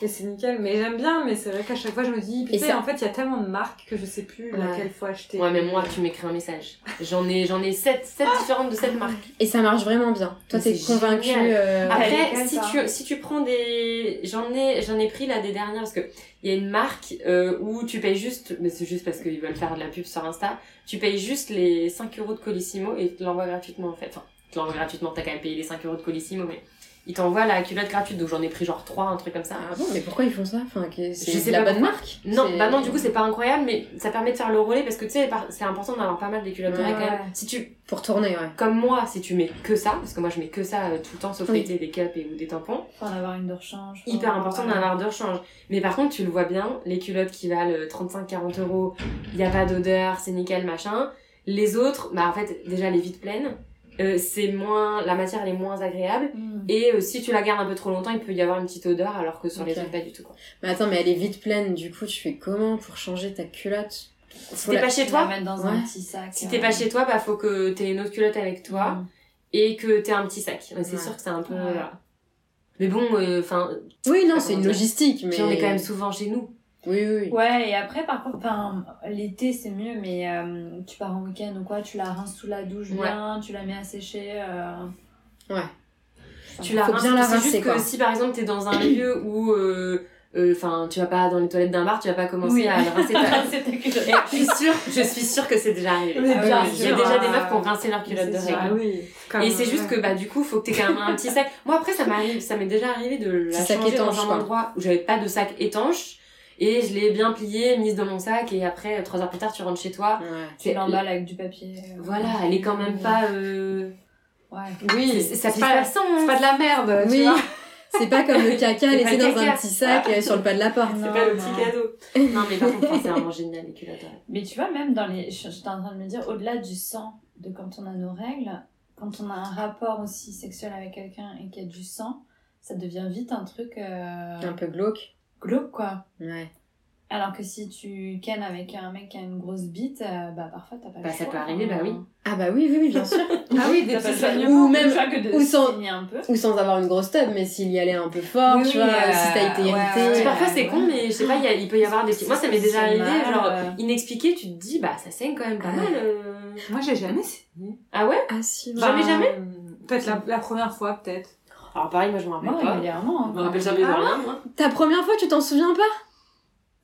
Speaker 2: Et c'est nickel, mais j'aime bien, mais c'est vrai qu'à chaque fois je me dis,
Speaker 3: Et
Speaker 2: putain,
Speaker 3: ça-
Speaker 2: en fait, il y a tellement de marques que je sais plus
Speaker 3: Ouais.
Speaker 2: laquelle faut acheter.
Speaker 4: Ouais, mais moi, tu m'écris un message. J'en ai, j'en ai 7, différentes de cette marque.
Speaker 3: Et ça marche vraiment bien. Toi,
Speaker 4: Mais
Speaker 3: t'es
Speaker 4: c'est
Speaker 3: convaincue.
Speaker 4: génial.
Speaker 3: euh,
Speaker 5: Ah,
Speaker 4: Après,
Speaker 5: nickel,
Speaker 4: si
Speaker 5: ça.
Speaker 4: tu, si tu prends des. J'en ai, j'en ai pris là des dernières parce que il y a une marque euh, où tu payes juste, mais c'est juste parce qu'ils veulent faire de la pub sur Insta, tu payes juste les 5 euros de Colissimo et ils te l'envoient gratuitement en fait. Enfin, ils te l'envoient gratuitement, t'as quand même payé les 5 euros de Colissimo, mais ils t'envoient la culotte gratuite donc j'en ai pris genre 3, un truc comme ça.
Speaker 3: Ah bon, mais pourquoi ils font ça Enfin, que-
Speaker 4: Je
Speaker 3: c'est
Speaker 4: sais
Speaker 3: de la
Speaker 4: pas
Speaker 3: bonne
Speaker 4: pourquoi.
Speaker 3: marque.
Speaker 4: Non,
Speaker 3: C'est- euh,
Speaker 4: bah non, du coup, c'est pas incroyable, mais ça permet de faire le relais parce que tu sais, par- c'est important d'avoir pas mal des culottes de
Speaker 3: Ouais,
Speaker 4: règles, quand
Speaker 5: ouais.
Speaker 4: même. Si tu,
Speaker 3: pour tourner, ouais.
Speaker 4: comme moi, si tu mets que ça, parce que moi je mets que ça euh, tout le temps, sauf
Speaker 3: Oui. Oh.
Speaker 4: les, des cups et ou des tampons,
Speaker 5: Faut en avoir une de rechange.
Speaker 4: hyper
Speaker 3: Ah.
Speaker 4: important d'en avoir de rechange. Mais par contre, tu le vois bien, les culottes qui valent 35-40 euros, il y a pas d'odeur, c'est nickel, machin. Les autres, bah en fait, déjà les vides pleines, euh, c'est moins, la matière elle est moins agréable.
Speaker 5: Mm.
Speaker 4: Et euh, si tu la gardes un peu trop longtemps, il peut y avoir une petite odeur, alors que sur les
Speaker 3: Ok.
Speaker 4: autres, pas du tout. Quoi.
Speaker 3: Mais attends, mais elle est vite pleine. Du coup, tu fais comment pour changer ta culotte
Speaker 4: Si
Speaker 3: Faut
Speaker 4: t'es
Speaker 3: la-
Speaker 4: pas chez toi,
Speaker 5: mettre dans
Speaker 3: Ouais.
Speaker 5: un petit sac. euh, Mm.
Speaker 4: Si t'es pas chez toi, bah faut que t'aies une autre culotte avec toi et que t'aies un petit sac. Mais C'est
Speaker 3: Ouais.
Speaker 4: sûr que c'est un peu.
Speaker 5: Ouais.
Speaker 4: voilà. Mais bon, euh, enfin,
Speaker 3: Oui, non,
Speaker 4: Comment
Speaker 3: c'est une
Speaker 4: dire
Speaker 3: logistique, mais.
Speaker 4: on est quand même souvent chez nous.
Speaker 3: Oui, oui, oui.
Speaker 5: Ouais, et après, par contre, enfin, l'été c'est mieux, mais euh, tu pars en week-end ou quoi, tu la rinces sous la douche
Speaker 4: Ouais.
Speaker 5: bien, tu la mets à sécher. euh,
Speaker 3: Ouais.
Speaker 4: Tu la
Speaker 3: Faut
Speaker 4: rinces.
Speaker 3: bien la
Speaker 4: C'est
Speaker 3: rincer,
Speaker 4: juste que
Speaker 3: quoi.
Speaker 4: si par exemple t'es dans un lieu où, euh, enfin, tu vas pas dans les toilettes d'un bar, tu vas pas commencer
Speaker 5: Oui.
Speaker 4: à le rincer ta.
Speaker 5: C'est ta culotte.
Speaker 4: Et je suis sûre, je suis sûre que c'est déjà arrivé.
Speaker 2: Mais
Speaker 5: Ah oui,
Speaker 2: bien
Speaker 5: mais
Speaker 4: Il y a
Speaker 2: sûr,
Speaker 4: déjà
Speaker 2: hein.
Speaker 4: des meufs qui ont rincé leur
Speaker 2: Mais
Speaker 4: culotte de
Speaker 2: c'est sûr,
Speaker 4: règles.
Speaker 2: ah oui.
Speaker 4: Et
Speaker 2: Comme,
Speaker 4: c'est juste que
Speaker 2: ouais.
Speaker 4: bah du coup faut que t'aies quand même un petit sac. Moi après ça m'arrive, ça m'est déjà arrivé de la
Speaker 3: Sac
Speaker 4: changer
Speaker 3: étanche,
Speaker 4: dans un
Speaker 3: quoi.
Speaker 4: endroit où j'avais pas de sac étanche et je l'ai bien plié, mise dans mon sac et après trois heures plus tard tu rentres chez toi.
Speaker 3: Ouais.
Speaker 5: Tu
Speaker 4: C'est
Speaker 5: l'emballes avec du papier. euh,
Speaker 4: Voilà, elle est quand même pas. Euh...
Speaker 5: Ouais.
Speaker 2: Oui,
Speaker 4: c'est- ça
Speaker 2: c'est
Speaker 4: fait
Speaker 2: pas,
Speaker 4: pas sang.
Speaker 2: c'est pas de la merde, tu
Speaker 3: Oui.
Speaker 2: vois.
Speaker 3: C'est pas comme le caca
Speaker 4: C'est
Speaker 3: laissé
Speaker 4: pas le
Speaker 3: dans un
Speaker 4: caca.
Speaker 3: petit sac euh, sur le pas de la porte.
Speaker 5: Non, non.
Speaker 4: cadeau. Non mais par contre c'est vraiment génial les culottes. ouais.
Speaker 5: Mais tu vois, même dans les. je- J'étais en train de me dire, au-delà du sang, de quand on a nos règles, quand on a un rapport aussi sexuel avec quelqu'un et qu'il y a du sang, ça devient vite un truc euh,
Speaker 3: Un peu glauque.
Speaker 5: glauque, quoi.
Speaker 3: Ouais.
Speaker 5: Alors que si tu cannes avec un mec qui a une grosse bite, euh, bah parfois t'as pas le
Speaker 4: Bah, ça
Speaker 5: choix,
Speaker 4: peut arriver, bah oui.
Speaker 3: Ah bah oui, oui, oui, bien sûr.
Speaker 2: Ah oui, des
Speaker 5: T'as pas
Speaker 2: petits
Speaker 5: le choix-
Speaker 2: soignements.
Speaker 3: Ou même-
Speaker 5: le choix que de
Speaker 3: ou sans-
Speaker 5: saigner un peu.
Speaker 3: Ou sans avoir une grosse tub, mais s'il y allait un peu fort,
Speaker 5: Oui,
Speaker 3: tu vois,
Speaker 5: oui, euh,
Speaker 3: si t'as été
Speaker 5: ouais,
Speaker 3: irrité.
Speaker 5: ouais,
Speaker 4: Et
Speaker 5: ouais.
Speaker 4: parfois c'est con mais je sais pas, il y a- il peut y avoir des. petits- Moi ça m'est déjà
Speaker 5: C'est
Speaker 4: arrivé
Speaker 5: mal,
Speaker 4: genre
Speaker 5: euh.
Speaker 4: inexpliqué, tu te dis bah ça saigne quand même pas
Speaker 3: Ah.
Speaker 4: mal. euh.
Speaker 2: Moi, j'ai jamais essayé.
Speaker 4: Ah ouais.
Speaker 3: Ah si,
Speaker 4: Jamais,
Speaker 2: Enfin,
Speaker 4: jamais
Speaker 2: Peut-être la, la première fois, peut-être.
Speaker 4: Alors pareil moi je me
Speaker 5: Moi,
Speaker 4: rappelle pas.
Speaker 5: régulièrement. hein,
Speaker 4: Je me
Speaker 5: quoi.
Speaker 4: rappelle jamais de
Speaker 2: Ah
Speaker 4: rien moi.
Speaker 3: Ta première fois, tu t'en souviens pas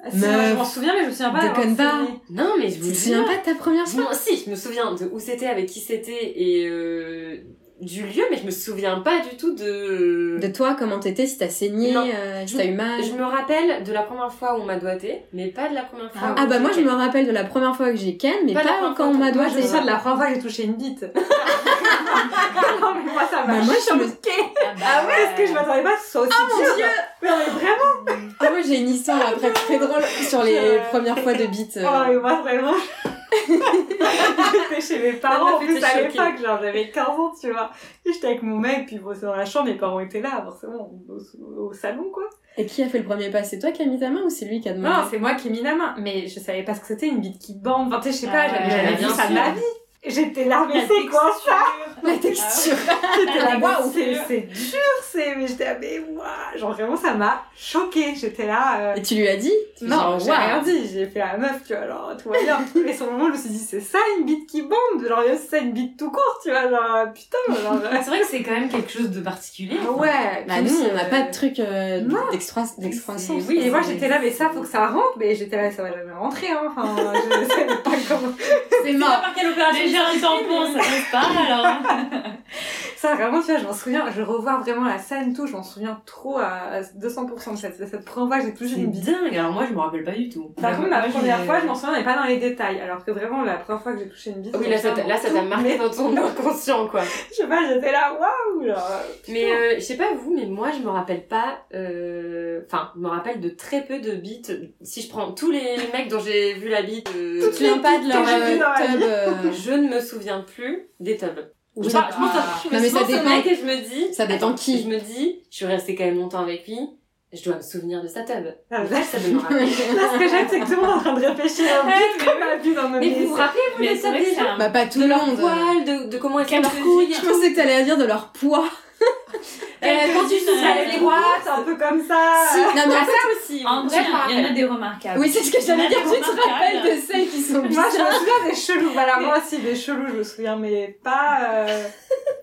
Speaker 2: Ah, si, moi, je
Speaker 3: Meuf,
Speaker 2: m'en souviens, mais je me souviens pas.
Speaker 3: déconne
Speaker 2: d'avoir
Speaker 3: pas.
Speaker 2: essayé.
Speaker 4: Non mais je
Speaker 3: Tu
Speaker 4: vous
Speaker 3: te
Speaker 4: le
Speaker 3: souviens
Speaker 4: dis.
Speaker 3: pas de ta première fois
Speaker 4: Moi, si, je me souviens de où c'était, avec qui c'était et euh, du lieu, mais je me souviens pas du tout de.
Speaker 3: De toi, comment t'étais, si t'as saigné,
Speaker 4: Non.
Speaker 3: euh, si
Speaker 4: Je-
Speaker 3: t'as eu mal.
Speaker 4: Je me rappelle de la première fois où on m'a doigté, mais pas de la première fois.
Speaker 3: Ah bah moi, je me rappelle de la première fois que j'ai ken, mais
Speaker 4: Pas
Speaker 3: pas,
Speaker 4: la première
Speaker 3: quand on
Speaker 4: fois,
Speaker 3: m'a
Speaker 4: toi,
Speaker 2: Moi, je me
Speaker 3: doigté.
Speaker 2: souviens de la première fois que j'ai touché une bite. non, mais moi, ça m'a
Speaker 3: Bah, moi, je me-
Speaker 2: choquée.
Speaker 5: bah,
Speaker 2: Ah ouais, parce que je m'attendais pas à ce que ce soit aussi dur.
Speaker 3: mon dieu
Speaker 2: Mais on est vraiment
Speaker 3: Ah, moi, j'ai une histoire après très drôle sur les premières fois de bite. euh.
Speaker 2: Oh, mais moi, vraiment. J'étais chez mes parents, en
Speaker 4: Elle m'a fait
Speaker 2: plus, à
Speaker 4: choquer.
Speaker 2: l'époque, genre, j'avais 15 ans, tu vois. Et j'étais avec mon mec, puis bon, c'est dans la chambre, mes parents étaient là, forcément, au, au salon, quoi.
Speaker 3: Et qui a fait le premier pas C'est toi qui as mis ta main ou c'est lui qui a
Speaker 4: Mm.
Speaker 3: demandé
Speaker 2: Non, c'est moi qui ai mis la main, mais je savais pas ce que c'était une bite qui bande. Enfin, tu sais, je sais
Speaker 5: Ah
Speaker 2: pas,
Speaker 5: ouais,
Speaker 2: j'avais
Speaker 4: ouais,
Speaker 2: jamais
Speaker 4: bien
Speaker 2: vu ça de
Speaker 4: sûr.
Speaker 2: la vie. J'étais là, mais c'est quoi Ah ça
Speaker 5: Ah
Speaker 2: La texture J'étais là,
Speaker 5: La
Speaker 2: waouh, c'est
Speaker 5: texture.
Speaker 2: c'est dur, c'est. Mais j'étais là, mais waouh Genre vraiment, ça m'a choquée. J'étais là. euh,
Speaker 3: Et tu lui as dit Tu fais
Speaker 2: Non,
Speaker 3: genre,
Speaker 2: j'ai
Speaker 3: Waouh.
Speaker 2: rien dit, j'ai fait la meuf, tu vois, genre, tout va bien. Mais sur le moment, je me suis dit, c'est ça une bite qui bande Genre, c'est ça une bite tout court, tu vois, genre, putain, genre. euh,
Speaker 4: C'est vrai que c'est quand même quelque chose de particulier.
Speaker 2: Ouais,
Speaker 3: Bah
Speaker 2: puis
Speaker 3: nous, on n'a
Speaker 2: c'est-
Speaker 3: pas de truc euh,
Speaker 2: Non.
Speaker 3: d'extra- d'excroissance.
Speaker 2: Oui, et moi
Speaker 4: c'est-
Speaker 2: j'étais là, mais ça, faut que ça rentre, mais j'étais là, ça va jamais rentrer, hein. Enfin, je savais pas comment.
Speaker 3: C'est
Speaker 4: C'est pas par quelle opération
Speaker 5: Déjà,
Speaker 4: du tampon, ça passe pas
Speaker 5: hein.
Speaker 4: alors.
Speaker 2: Ça, vraiment, tu vois, je m'en souviens, je revois vraiment la scène, tout, je m'en souviens trop à à 200% de cette, de cette première fois que j'ai touché
Speaker 4: C'est
Speaker 2: une bite.
Speaker 4: dingue, alors moi je me rappelle pas du tout.
Speaker 2: Par contre, la
Speaker 4: Moi,
Speaker 2: première
Speaker 4: j'ai-
Speaker 2: fois, je m'en souviens, mais pas dans les détails, alors que vraiment, la première fois que j'ai touché une bite,
Speaker 4: Ah Oui, là ça t'a- là, ça t'a marqué
Speaker 2: Mais-
Speaker 4: dans ton inconscient quoi.
Speaker 2: Je sais pas, j'étais là, waouh, là.
Speaker 4: Mais euh, je sais pas vous, mais moi je me rappelle pas. euh, Enfin, je me rappelle de très peu de bites. Si je prends tous les mecs dont j'ai vu la bite, euh,
Speaker 3: Tu viens pas de leur
Speaker 2: que j'ai vu dans la
Speaker 3: euh, tub. euh,
Speaker 4: je ne me souviens plus des tubs.
Speaker 3: ou
Speaker 4: Je
Speaker 3: je-
Speaker 4: parle- je pense
Speaker 5: Ah.
Speaker 4: à- je
Speaker 3: Non, mais
Speaker 4: pense
Speaker 3: ça
Speaker 4: au
Speaker 3: dépend.
Speaker 4: mec et je me dis.
Speaker 3: Ça dépend qui.
Speaker 4: Je me dis, je suis restée quand même longtemps avec lui. Je dois me souvenir de sa tub.
Speaker 2: Ah,
Speaker 4: Là, ça me rappelle.
Speaker 2: Là, ce que j'aime, c'est que tout le monde est en train de réfléchir à
Speaker 4: Ouais,
Speaker 2: bite, comme la bite dans nos
Speaker 4: Mais vous vous
Speaker 2: vies.
Speaker 4: rappelez vous
Speaker 5: Mais
Speaker 4: des
Speaker 5: c'est
Speaker 4: tubs
Speaker 5: vrai que
Speaker 4: des
Speaker 5: c'est
Speaker 4: gens
Speaker 5: un-
Speaker 3: Bah, pas tout
Speaker 4: De
Speaker 3: le
Speaker 4: leur
Speaker 3: monde.
Speaker 4: poil, de, de comment est-ce qu'elle
Speaker 3: Quatre
Speaker 4: couille.
Speaker 3: Je pensais que t'allais à dire de leur poids. euh,
Speaker 4: Elle
Speaker 5: Euh, Quand tu
Speaker 4: souffles
Speaker 5: souffles
Speaker 4: à
Speaker 5: avec
Speaker 4: la
Speaker 5: les
Speaker 4: droite.
Speaker 2: droite, un peu comme ça.
Speaker 3: Si, non, mais en fait,
Speaker 4: aussi.
Speaker 5: En
Speaker 4: oui.
Speaker 5: vrai,
Speaker 4: Je me
Speaker 5: il y en a
Speaker 4: rappelle.
Speaker 5: des remarquables.
Speaker 3: oui, c'est ce que j'allais
Speaker 5: Mais
Speaker 3: dire. Tu te
Speaker 5: remarquable.
Speaker 3: rappelles de celles qui sont
Speaker 2: Moi, je me
Speaker 3: bizarres.
Speaker 2: souviens des chelous. Voilà, moi aussi, des chelous, je me souviens, mais pas. euh,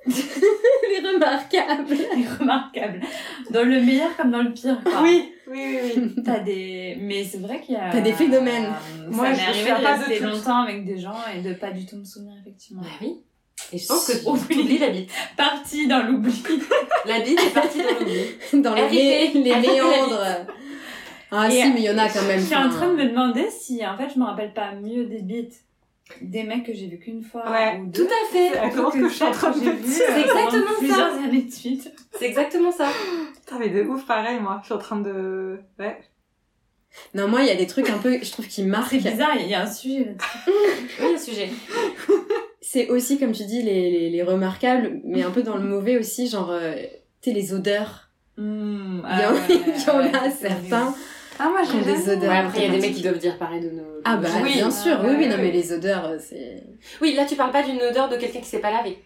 Speaker 3: Les remarquables.
Speaker 5: des remarquables. Dans le meilleur comme dans le pire. quoi.
Speaker 2: Oui, oui, oui, oui.
Speaker 5: T'as des. Mais c'est vrai qu'il y a.
Speaker 3: T'as des phénomènes.
Speaker 5: Euh,
Speaker 2: Moi,
Speaker 5: ça
Speaker 2: je
Speaker 5: m'est arrivé
Speaker 2: fais
Speaker 5: de
Speaker 2: pas de
Speaker 5: rester
Speaker 2: tout.
Speaker 5: longtemps avec des gens et de pas du tout me souvenir, effectivement.
Speaker 4: Bah oui. Et je pense que
Speaker 5: Oh, oui.
Speaker 4: t'oublies la bite.
Speaker 5: Parti dans l'oubli.
Speaker 4: La bite est partie dans l'oubli.
Speaker 3: Dans les, mé-
Speaker 4: Arrêtez.
Speaker 3: les
Speaker 4: Arrêtez la
Speaker 3: méandres. Ah,
Speaker 5: Et,
Speaker 3: si, mais il y en a quand même.
Speaker 5: Je suis en
Speaker 3: enfin.
Speaker 5: train de me demander si, en fait, je me rappelle pas mieux des beats des mecs que j'ai vu qu'une fois.
Speaker 2: Ouais,
Speaker 5: ou
Speaker 4: Tout
Speaker 5: deux.
Speaker 4: à fait.
Speaker 2: à
Speaker 5: plutôt
Speaker 2: comment que je suis en
Speaker 5: celles
Speaker 2: train de
Speaker 5: j'ai
Speaker 2: me
Speaker 5: vues,
Speaker 2: dire.
Speaker 5: euh,
Speaker 4: C'est exactement
Speaker 5: pendant
Speaker 4: ça.
Speaker 5: Plusieurs années de suite.
Speaker 4: C'est exactement ça.
Speaker 2: Putain, mais de ouf, pareil, moi. Je suis en train de. Ouais.
Speaker 3: Non, moi, il y a des trucs un peu, je trouve, qui marquent.
Speaker 5: C'est bizarre, il y a un sujet là-dessus.
Speaker 4: Oui, le sujet.
Speaker 3: C'est aussi, comme tu dis, les, les, les remarquables, mais un peu dans le mauvais aussi, genre, euh, tu sais, les odeurs.
Speaker 2: Hmm,
Speaker 5: Mmh,
Speaker 3: Il y
Speaker 5: ah
Speaker 3: en-
Speaker 5: ouais,
Speaker 3: il y en
Speaker 5: ouais,
Speaker 3: a
Speaker 5: ouais, c'est
Speaker 3: certains
Speaker 5: horrible.
Speaker 2: Ah, moi,
Speaker 3: qui ont des odeurs.
Speaker 4: Ouais, après, il y a des mecs qui doivent dire pareil de nos.
Speaker 3: Ah bah
Speaker 4: oui.
Speaker 3: bien sûr, oui,
Speaker 5: Ah,
Speaker 3: oui,
Speaker 5: ouais,
Speaker 3: non
Speaker 5: ouais.
Speaker 3: mais les odeurs, euh, c'est...
Speaker 4: Oui, là, tu parles pas d'une odeur de quelqu'un qui s'est pas lavé.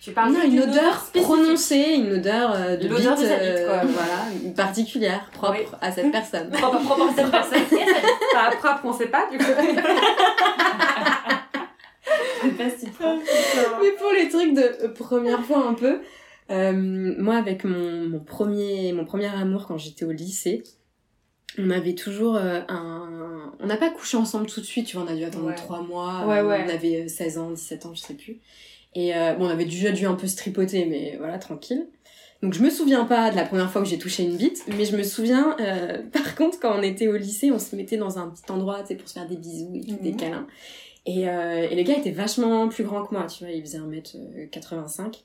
Speaker 4: Tu parles
Speaker 3: Non,
Speaker 4: juste
Speaker 3: une
Speaker 4: d'une
Speaker 3: odeur
Speaker 4: spécifique.
Speaker 3: prononcée, une odeur euh, de
Speaker 4: L'odeur
Speaker 3: bite,
Speaker 4: de sa bite,
Speaker 3: euh,
Speaker 4: quoi.
Speaker 3: voilà, une particulière, propre
Speaker 4: Oui.
Speaker 3: à cette personne.
Speaker 4: Propre, propre à cette personne.
Speaker 2: Enfin, propre, on sait pas, du coup.
Speaker 5: C'est pas si propre.
Speaker 3: Mais pour les trucs de euh, première fois un peu, euh, moi avec mon, mon premier mon premier amour quand j'étais au lycée, on avait toujours euh, un on n'a pas couché ensemble tout de suite, tu vois, on a dû attendre
Speaker 2: Ouais.
Speaker 3: trois mois,
Speaker 2: Ouais,
Speaker 3: euh,
Speaker 2: ouais.
Speaker 3: on avait euh, 16 ans, 17 ans, je sais plus. Et euh, bon, on avait déjà dû un peu se tripoter mais voilà, tranquille. Donc je me souviens pas de la première fois que j'ai touché une bite, mais je me souviens euh, par contre quand on était au lycée, on se mettait dans un petit endroit, tu sais, pour se faire des bisous et tout, des
Speaker 2: Mhm.
Speaker 3: câlins. Et, euh, et le gars était vachement plus grand que moi, tu vois, il faisait 1m85.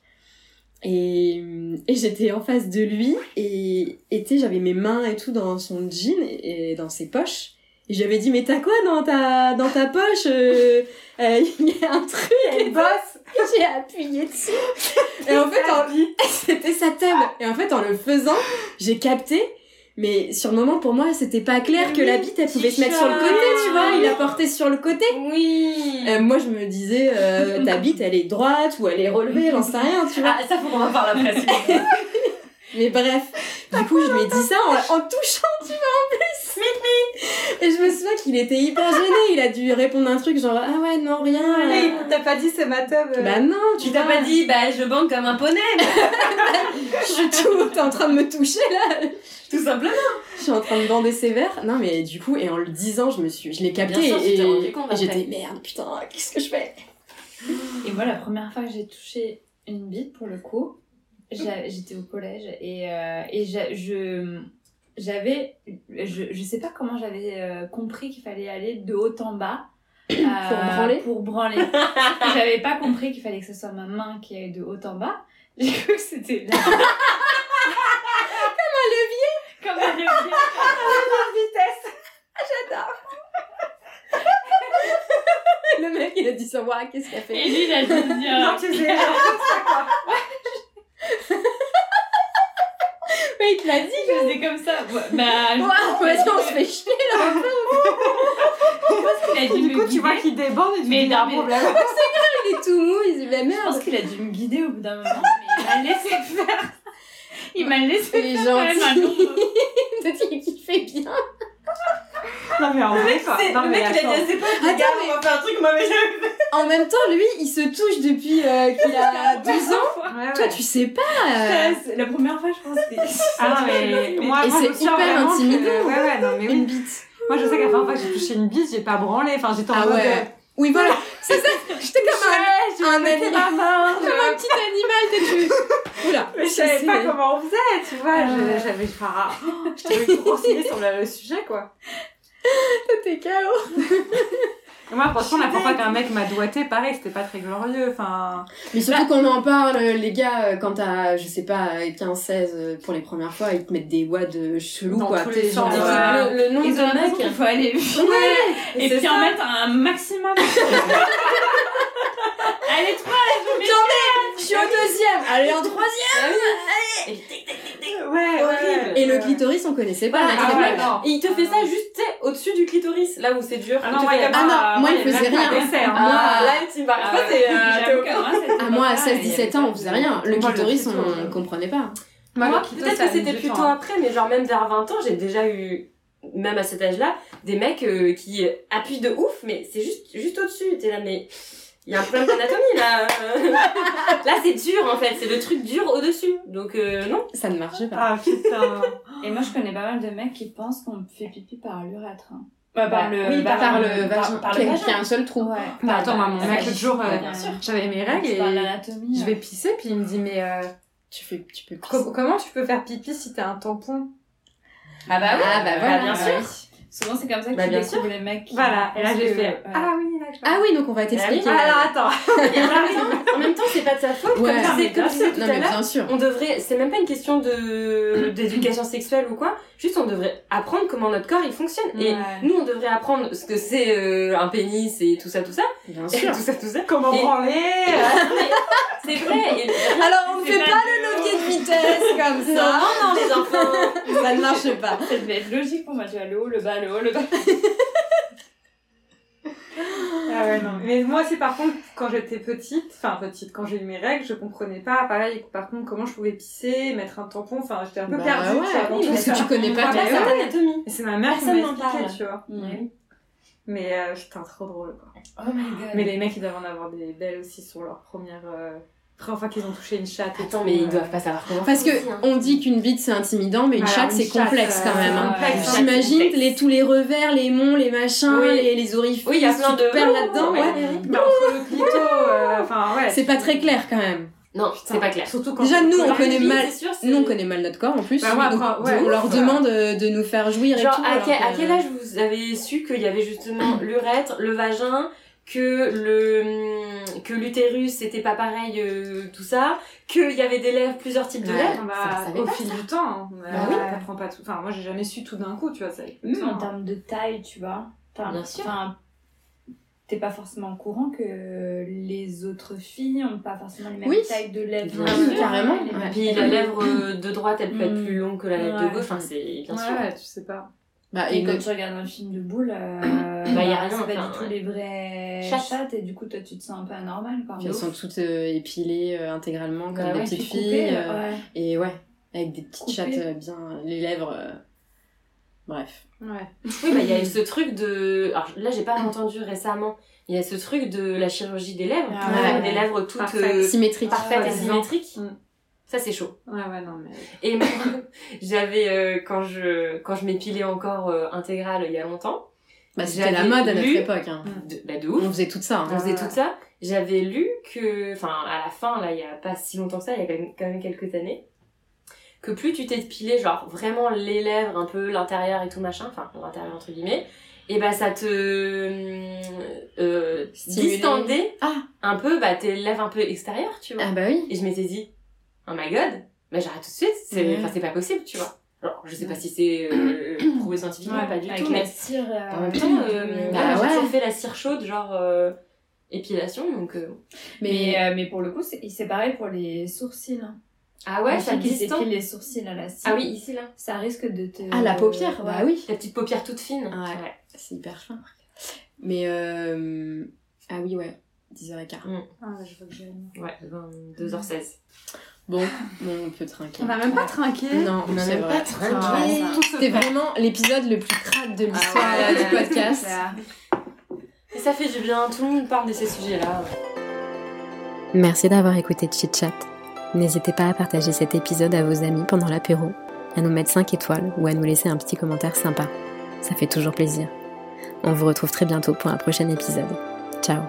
Speaker 3: Et, euh, et j'étais en face de lui, et, et tu sais, j'avais mes mains et tout dans son jean et, et dans ses poches. Et j'avais dit, mais t'as quoi dans ta, dans ta poche Euh, euh, Il y a un truc,
Speaker 2: Elle bosse.
Speaker 3: et j'ai appuyé dessus. Et en fait, en- c'était sa table. Et en fait, en le faisant, j'ai capté. Mais sur le moment, pour moi, c'était pas clair que la bite, elle pouvait se mettre sur le côté, tu vois. Il la portait sur le côté.
Speaker 4: Oui.
Speaker 3: Euh, moi, je me disais, euh, ta bite, elle est droite ou elle est relevée, j'en sais rien, tu vois.
Speaker 4: Ah, ça, faut qu'on en parle après. c'est bon.
Speaker 3: Mais bref, du coup, je lui ai dit ça en, en touchant, tu vois, en plus. Et je me souviens qu'il était hyper gêné. Il a dû répondre un truc genre, ah ouais, non, rien.
Speaker 2: Mais
Speaker 3: euh.
Speaker 2: t'as pas dit, c'est ma teub. euh.
Speaker 3: Bah non,
Speaker 4: Tu
Speaker 3: tu
Speaker 4: t'as pas dit, bah, je bande comme un poney.
Speaker 3: je suis tout, t'es en train de me toucher là.
Speaker 4: Tout simplement.
Speaker 3: Je suis en train de bander sévère. Non, mais du coup, et en le disant, je me suis, je l'ai capté.
Speaker 4: Bien sûr, tu
Speaker 3: et
Speaker 4: t'es rendu compte
Speaker 3: et j'étais,
Speaker 4: après.
Speaker 3: merde, putain, qu'est-ce que je fais
Speaker 5: Et moi, la première fois que j'ai touché une bite, pour le coup, j'a- j'étais au collège et, euh, et j'a- je. J'avais. Je, je sais pas comment j'avais euh, compris qu'il fallait aller de haut en bas. euh,
Speaker 3: branler
Speaker 5: Pour branler. j'avais pas compris qu'il fallait que ce soit ma main qui aille de haut en bas. J'ai cru que c'était là. Comme un levier Comme un levier
Speaker 2: vitesse.
Speaker 3: Le mec, il a dû savoir qu'est-ce qu'il a fait.
Speaker 5: Et lui, il a dû dire.
Speaker 2: Non, tu faisais genre comme ça, quoi.
Speaker 3: Mais il te l'a dit
Speaker 5: Je faisais comme ça. Ouais, Bah,
Speaker 3: Waouh, vas-y, on se fait chier
Speaker 5: je pense qu'il a dû
Speaker 2: Du
Speaker 5: me
Speaker 2: coup, tu
Speaker 5: guider.
Speaker 2: vois qu'il déborde et tu
Speaker 5: Mais
Speaker 2: dis, il y a
Speaker 5: non,
Speaker 2: un
Speaker 5: mais-
Speaker 2: problème.
Speaker 3: Il est tout mou, il se dit, bah
Speaker 5: Je
Speaker 3: merde
Speaker 5: pense qu'il a dû me guider au bout d'un moment. Mais il m'a laissé faire. Il m'a laissé
Speaker 3: Il est
Speaker 5: faire quand même un
Speaker 3: gentil.
Speaker 5: long moment.
Speaker 3: Peut-être qu'il fait bien
Speaker 2: Non, mais en vrai, quoi.
Speaker 5: C'est-
Speaker 2: Non,
Speaker 5: Le
Speaker 2: mais
Speaker 5: mec, il
Speaker 2: attends.
Speaker 5: a dit, c'est pas
Speaker 3: Attends, mais
Speaker 5: va faire un truc mauvais.
Speaker 3: en même temps, lui, il se touche depuis euh, qu'il a deux ans.
Speaker 2: Ouais,
Speaker 3: Toi,
Speaker 2: ouais.
Speaker 3: tu sais pas. euh,
Speaker 5: La première fois, je pense que
Speaker 2: Ah non, mais moi,
Speaker 3: Et
Speaker 2: moi,
Speaker 3: c'est
Speaker 2: je me souviens
Speaker 3: hyper
Speaker 2: vraiment que-
Speaker 3: intimidant.
Speaker 2: euh, Ouais, ouais, non, mais oui.
Speaker 3: une bite.
Speaker 2: Moi, je sais qu'à la première fois que j'ai touché une bise, j'ai pas branlé. Enfin, j'étais en
Speaker 3: Ah
Speaker 2: mode.
Speaker 3: ouais.
Speaker 2: euh,
Speaker 3: Oui, voilà, c'est ça. J'étais comme un,
Speaker 2: Ouais, je
Speaker 3: un
Speaker 2: mettais
Speaker 3: animal.
Speaker 2: ma main.
Speaker 3: comme un petit animal que tu. Oula.
Speaker 2: Mais je savais
Speaker 3: Si,
Speaker 2: pas
Speaker 3: mais-
Speaker 2: comment on faisait, tu vois.
Speaker 3: Euh.
Speaker 2: je- J'avais. Enfin, oh, je t'avais tout renseigné sur le le sujet, quoi.
Speaker 3: T'es KO.
Speaker 2: Et moi, franchement, la première fois qu'un mec m'a doigté, pareil, c'était pas très glorieux. Enfin.
Speaker 3: Mais surtout qu'on en parle, les gars, euh, quand t'as, je sais pas, euh, 15-16 pour les premières fois, ils te mettent des wads euh, chelous,
Speaker 2: Dans
Speaker 3: quoi.
Speaker 2: tous
Speaker 3: T'es
Speaker 2: les
Speaker 3: genre,
Speaker 2: sens.
Speaker 3: euh,
Speaker 2: Ouais.
Speaker 4: Le, le nom
Speaker 5: Ils ont
Speaker 4: de
Speaker 5: l'impression
Speaker 4: mec.
Speaker 5: qu'il faut aller vite. Et
Speaker 2: c'est
Speaker 5: puis en mettre un maximum. Allez, trois, là, je
Speaker 3: Je suis au deuxième, allez en troisième.
Speaker 4: Ah
Speaker 2: Ouais, Euh, ouais.
Speaker 4: Horrible.
Speaker 3: Et le clitoris, on connaissait pas. la
Speaker 4: Ah,
Speaker 2: Ah
Speaker 3: crème.
Speaker 2: ouais,
Speaker 4: ouais.
Speaker 2: non.
Speaker 4: Et il te fait ça juste, tu sais, au-dessus du clitoris, là où c'est dur.
Speaker 2: Ah
Speaker 4: Il
Speaker 2: non,
Speaker 4: te
Speaker 2: moi,
Speaker 4: fait
Speaker 2: il y a
Speaker 4: comme-
Speaker 3: Ah non,
Speaker 2: pas-
Speaker 3: moi, il
Speaker 2: y a
Speaker 3: faisait
Speaker 2: même pas
Speaker 3: rien.
Speaker 2: d'essai, hein.
Speaker 3: Ah,
Speaker 4: Là, tu m'arrêtes
Speaker 5: Ah
Speaker 4: pas,
Speaker 5: ouais.
Speaker 4: t'es, euh, t'es au
Speaker 5: J'avoue
Speaker 4: cas.
Speaker 5: qu'à moi, c'était
Speaker 3: à Ah, moi, à
Speaker 5: pas pareil.
Speaker 3: 16-17 ans, on faisait rien. Le
Speaker 2: Moi, le
Speaker 3: clitoris,
Speaker 2: clito,
Speaker 3: on
Speaker 2: ouais.
Speaker 3: comprenait pas.
Speaker 4: Moi,
Speaker 2: Plutôt,
Speaker 4: peut-être
Speaker 2: ça
Speaker 4: que
Speaker 2: a mis
Speaker 4: c'était
Speaker 2: du
Speaker 4: plutôt
Speaker 2: temps.
Speaker 4: après, mais genre même vers 20 ans, j'ai déjà eu, même à cet âge-là, des mecs euh, qui euh, appuient de ouf, mais c'est juste, juste au-dessus. T'es là, mais il y a un problème d'anatomie là. euh. là, c'est dur en fait, c'est le truc dur au-dessus. Donc euh, non.
Speaker 3: Ça ne marchait pas.
Speaker 2: Ah putain.
Speaker 5: Et moi, je connais pas mal de mecs qui pensent qu'on fait pipi par l'urètre. hein. Bah, par le
Speaker 3: Oui, Euh, par,
Speaker 5: vagin.
Speaker 3: le vagin,
Speaker 5: Par, par
Speaker 3: qui,
Speaker 5: le
Speaker 3: a-
Speaker 5: vagin.
Speaker 3: qui a un seul trou.
Speaker 5: Ouais.
Speaker 2: Mais attends, moi, mon
Speaker 5: Bah,
Speaker 2: mec,
Speaker 5: bah,
Speaker 2: l'autre jour,
Speaker 5: ouais,
Speaker 2: euh,
Speaker 5: bien sûr.
Speaker 2: j'avais
Speaker 3: Bah,
Speaker 2: mes règles
Speaker 5: Tu parles
Speaker 2: et
Speaker 5: d'anatomie.
Speaker 2: je vais pisser, puis il me dit, mais euh,
Speaker 3: Tu fais, tu peux. pisser.
Speaker 2: co- comment tu peux faire pipi si t'as un tampon
Speaker 5: Ah bah oui.
Speaker 3: Ah bah voilà.
Speaker 5: bien sûr. Souvent, c'est comme ça que
Speaker 4: Bah,
Speaker 5: tu
Speaker 4: bien
Speaker 5: découvres les mecs. qui
Speaker 2: Voilà, et là
Speaker 5: pensent
Speaker 2: j'ai
Speaker 5: que- euh,
Speaker 2: fait,
Speaker 5: ouais.
Speaker 2: ah oui, là, je
Speaker 3: Ah oui, donc on va t'expliquer.
Speaker 2: Ah, alors attends.
Speaker 4: Et en même temps, en même temps, c'est pas de sa faute.
Speaker 3: Ouais.
Speaker 4: Comme tu disais- comme tu disais tout
Speaker 3: Non
Speaker 4: à
Speaker 3: mais
Speaker 4: l'heure,
Speaker 3: bien sûr.
Speaker 4: On devrait, c'est même pas une question de d'éducation sexuelle ou quoi, juste on devrait apprendre comment notre corps il fonctionne. Et
Speaker 5: Ouais.
Speaker 4: nous on devrait apprendre ce que c'est euh, un pénis et tout ça, tout ça,
Speaker 3: Bien
Speaker 4: et
Speaker 3: sûr.
Speaker 4: tout ça, tout ça.
Speaker 2: Comment
Speaker 4: Et-
Speaker 2: branler euh,
Speaker 4: C'est vrai. et-
Speaker 3: Alors on ne
Speaker 5: C'est
Speaker 3: fait
Speaker 5: pas
Speaker 3: pas le levier de vitesse comme ça.
Speaker 4: non, les enfants.
Speaker 3: Ça ne marche pas.
Speaker 5: Ça devait être logique pour moi, tu as le haut, le bas, le haut, le bas.
Speaker 2: Ah ouais, non. Mais moi aussi, par contre, quand j'étais petite, enfin petite, quand j'ai eu mes règles, je comprenais pas, pareil, par contre, comment je pouvais pisser, mettre un tampon, enfin, j'étais un peu
Speaker 3: Bah
Speaker 2: perdue. tu vois, quand
Speaker 3: ouais,
Speaker 2: je
Speaker 3: parce
Speaker 2: faisais
Speaker 3: que tu
Speaker 2: ça.
Speaker 3: connais pas
Speaker 2: Ah,
Speaker 3: ta
Speaker 2: bah, ouais.
Speaker 4: anatomie.
Speaker 2: Et c'est ma mère qui m'a
Speaker 4: Personne n'en
Speaker 2: expliqué,
Speaker 4: parle.
Speaker 2: tu vois.
Speaker 3: Mm.
Speaker 2: Mais euh, putain, trop drôle, quoi.
Speaker 5: Oh my god.
Speaker 2: Mais les mecs, ils doivent en avoir des belles aussi sur leur première... euh, Première fois qu'ils ont touché une chatte et
Speaker 4: Attends,
Speaker 2: tout,
Speaker 4: mais
Speaker 2: euh,
Speaker 4: ils doivent pas savoir comment.
Speaker 3: Parce que
Speaker 4: faire aussi, hein.
Speaker 3: on dit qu'une bite c'est intimidant, mais une
Speaker 2: Alors,
Speaker 3: chatte c'est complexe
Speaker 2: euh,
Speaker 3: quand même. hein.
Speaker 5: ouais.
Speaker 2: complexe,
Speaker 4: Une chatte,
Speaker 3: J'imagine
Speaker 4: complexe.
Speaker 3: les tous les revers, les monts, les machins,
Speaker 4: Oui.
Speaker 3: les, les orifices.
Speaker 4: Oui, il y a
Speaker 3: tu
Speaker 4: plein
Speaker 3: te
Speaker 4: de-
Speaker 3: perds là-dedans.
Speaker 4: Ouais.
Speaker 3: Ouais.
Speaker 2: Bah, entre le clito, euh, enfin ouais.
Speaker 3: C'est pas très clair quand même.
Speaker 4: Non, c'est pas clair.
Speaker 2: Surtout quand
Speaker 3: Déjà nous on
Speaker 4: Dans
Speaker 3: connaît
Speaker 4: les filles,
Speaker 3: mal,
Speaker 4: c'est sûr, c'est-
Speaker 3: nous on connaît mal notre corps en plus.
Speaker 2: Bah, moi,
Speaker 3: donc,
Speaker 2: après, ouais,
Speaker 3: on leur
Speaker 2: ouais.
Speaker 3: demande euh, de nous faire jouir et
Speaker 4: Genre,
Speaker 3: tout.
Speaker 4: à
Speaker 3: alors
Speaker 4: quel, à
Speaker 3: que-
Speaker 4: quel âge vous avez su qu'il y avait justement l'urètre, le vagin, que le hum, que l'utérus c'était pas pareil, euh, tout ça, qu'il y avait des lèvres, plusieurs types de
Speaker 3: Ouais.
Speaker 4: lèvres.
Speaker 2: Bah,
Speaker 4: Ça, ça savait
Speaker 2: au
Speaker 4: pas,
Speaker 2: fil du temps, hein.
Speaker 5: Bah oui.
Speaker 2: t'apprends pas tout. Enfin, moi j'ai jamais su tout d'un coup, tu vois. Ça, avec le
Speaker 5: Même en
Speaker 2: temps.
Speaker 5: termes de taille, tu vois. Enfin,
Speaker 4: Bien sûr.
Speaker 5: enfin, T'es pas forcément au courant que les autres filles ont pas forcément les mêmes
Speaker 3: Oui.
Speaker 5: tailles de lèvres.
Speaker 4: Bien sûr,
Speaker 3: carrément.
Speaker 5: Les mêmes-
Speaker 3: Ouais.
Speaker 4: Puis la lèvre euh, de droite, elle peut être
Speaker 5: Mm.
Speaker 4: plus longue que la lèvre de
Speaker 5: Ouais.
Speaker 4: gauche. Enfin, c'est bien
Speaker 2: ouais,
Speaker 4: sûr.
Speaker 2: ouais, tu sais pas.
Speaker 3: Bah,
Speaker 5: Et
Speaker 3: et
Speaker 5: quand
Speaker 3: le-
Speaker 5: tu regardes un film de boule, euh,
Speaker 4: Bah, y a rien,
Speaker 5: c'est pas
Speaker 4: enfin,
Speaker 5: du tout
Speaker 4: ouais.
Speaker 5: les vrais
Speaker 4: Chatte.
Speaker 5: chattes et du coup toi tu te sens un peu anormal quoi.
Speaker 3: elles sont toutes euh, épilées euh, intégralement comme
Speaker 4: Bah
Speaker 3: des
Speaker 4: ouais,
Speaker 3: petites
Speaker 5: Coupées,
Speaker 3: filles. euh,
Speaker 5: ouais.
Speaker 3: Et ouais, avec des petites
Speaker 5: Coupé.
Speaker 3: chattes euh, bien, les lèvres. euh, Bref.
Speaker 2: Ouais.
Speaker 4: Oui, bah, il y a eu ce truc de. Alors là, j'ai pas entendu récemment. Il y a ce truc de la chirurgie des lèvres.
Speaker 5: Ah
Speaker 4: qui font
Speaker 3: ouais.
Speaker 4: Des lèvres toutes
Speaker 2: Parfaites.
Speaker 4: euh,
Speaker 3: Symétrique.
Speaker 4: parfaites
Speaker 2: Ouais.
Speaker 4: et symétriques.
Speaker 2: Mm.
Speaker 4: Ça, c'est chaud.
Speaker 2: Ouais, ouais, non, mais.
Speaker 4: Et moi, j'avais. euh, quand je, quand je m'épilais encore euh, intégrale il y a longtemps,
Speaker 3: Bah, c'était la
Speaker 4: J'avais
Speaker 3: mode à notre
Speaker 4: lu-
Speaker 3: époque. hein.
Speaker 4: de, bah, de
Speaker 3: On
Speaker 4: ouf,
Speaker 3: faisait tout ça. hein.
Speaker 4: on faisait tout ça. J'avais lu que. Enfin, à la fin, là, il y a pas si longtemps que ça, il y a quand même, quand même quelques années, que plus tu t'épilais, genre vraiment les lèvres, un peu l'intérieur et tout machin, enfin, l'intérieur entre guillemets, et bah ça te. Euh,
Speaker 3: Stimulait.
Speaker 4: distendait
Speaker 3: Ah.
Speaker 4: un peu bah, tes lèvres un peu extérieures, tu vois.
Speaker 3: Ah bah oui.
Speaker 4: Et je m'étais dit, oh my god, bah j'arrête tout de suite, c'est
Speaker 3: Ouais.
Speaker 4: enfin, c'est pas possible, tu vois. Alors, je sais pas si c'est euh, prouvé scientifiquement,
Speaker 2: Ouais,
Speaker 4: pas du
Speaker 5: Avec
Speaker 4: tout,
Speaker 5: la
Speaker 4: mais
Speaker 5: cire. euh,
Speaker 4: en même temps, euh,
Speaker 3: Bah
Speaker 4: ouais, j'ai
Speaker 3: ouais.
Speaker 4: toujours fait la cire chaude, genre euh, épilation, donc. euh,
Speaker 5: Mais,
Speaker 3: Mais
Speaker 5: euh, mais pour le coup, c'est c'est pareil pour les sourcils. hein.
Speaker 4: Ah ouais,
Speaker 5: La
Speaker 4: ça
Speaker 5: fille qui
Speaker 4: distant.
Speaker 5: s'épile les sourcils à la scie.
Speaker 4: Ah oui, ici là.
Speaker 5: Ça risque de te.
Speaker 3: Ah, la paupière, bah oui.
Speaker 4: La petite paupière toute fine.
Speaker 3: Ouais. C'est hyper fin. Mais euh... Ah oui, ouais. 10h15.
Speaker 2: Ah, bah, je vois que j'ai-
Speaker 4: Ouais, 22h16.
Speaker 3: Bon, bon, on peut trinquer.
Speaker 2: On a même pas trinqué.
Speaker 3: Non, on n'a
Speaker 4: C'est
Speaker 3: même
Speaker 4: vrai.
Speaker 3: pas trinqué.
Speaker 2: Tout se
Speaker 3: C'était
Speaker 2: fait.
Speaker 3: vraiment l'épisode le plus crade de l'histoire
Speaker 6: Ah ouais.
Speaker 3: du podcast.
Speaker 4: Et ça fait du bien, tout le monde parle de ces sujets-là.
Speaker 1: Merci d'avoir écouté Chit Chat. N'hésitez pas à partager cet épisode à vos amis pendant l'apéro, à nous mettre 5 étoiles ou à nous laisser un petit commentaire sympa. Ça fait toujours plaisir. On vous retrouve très bientôt pour un prochain épisode. Ciao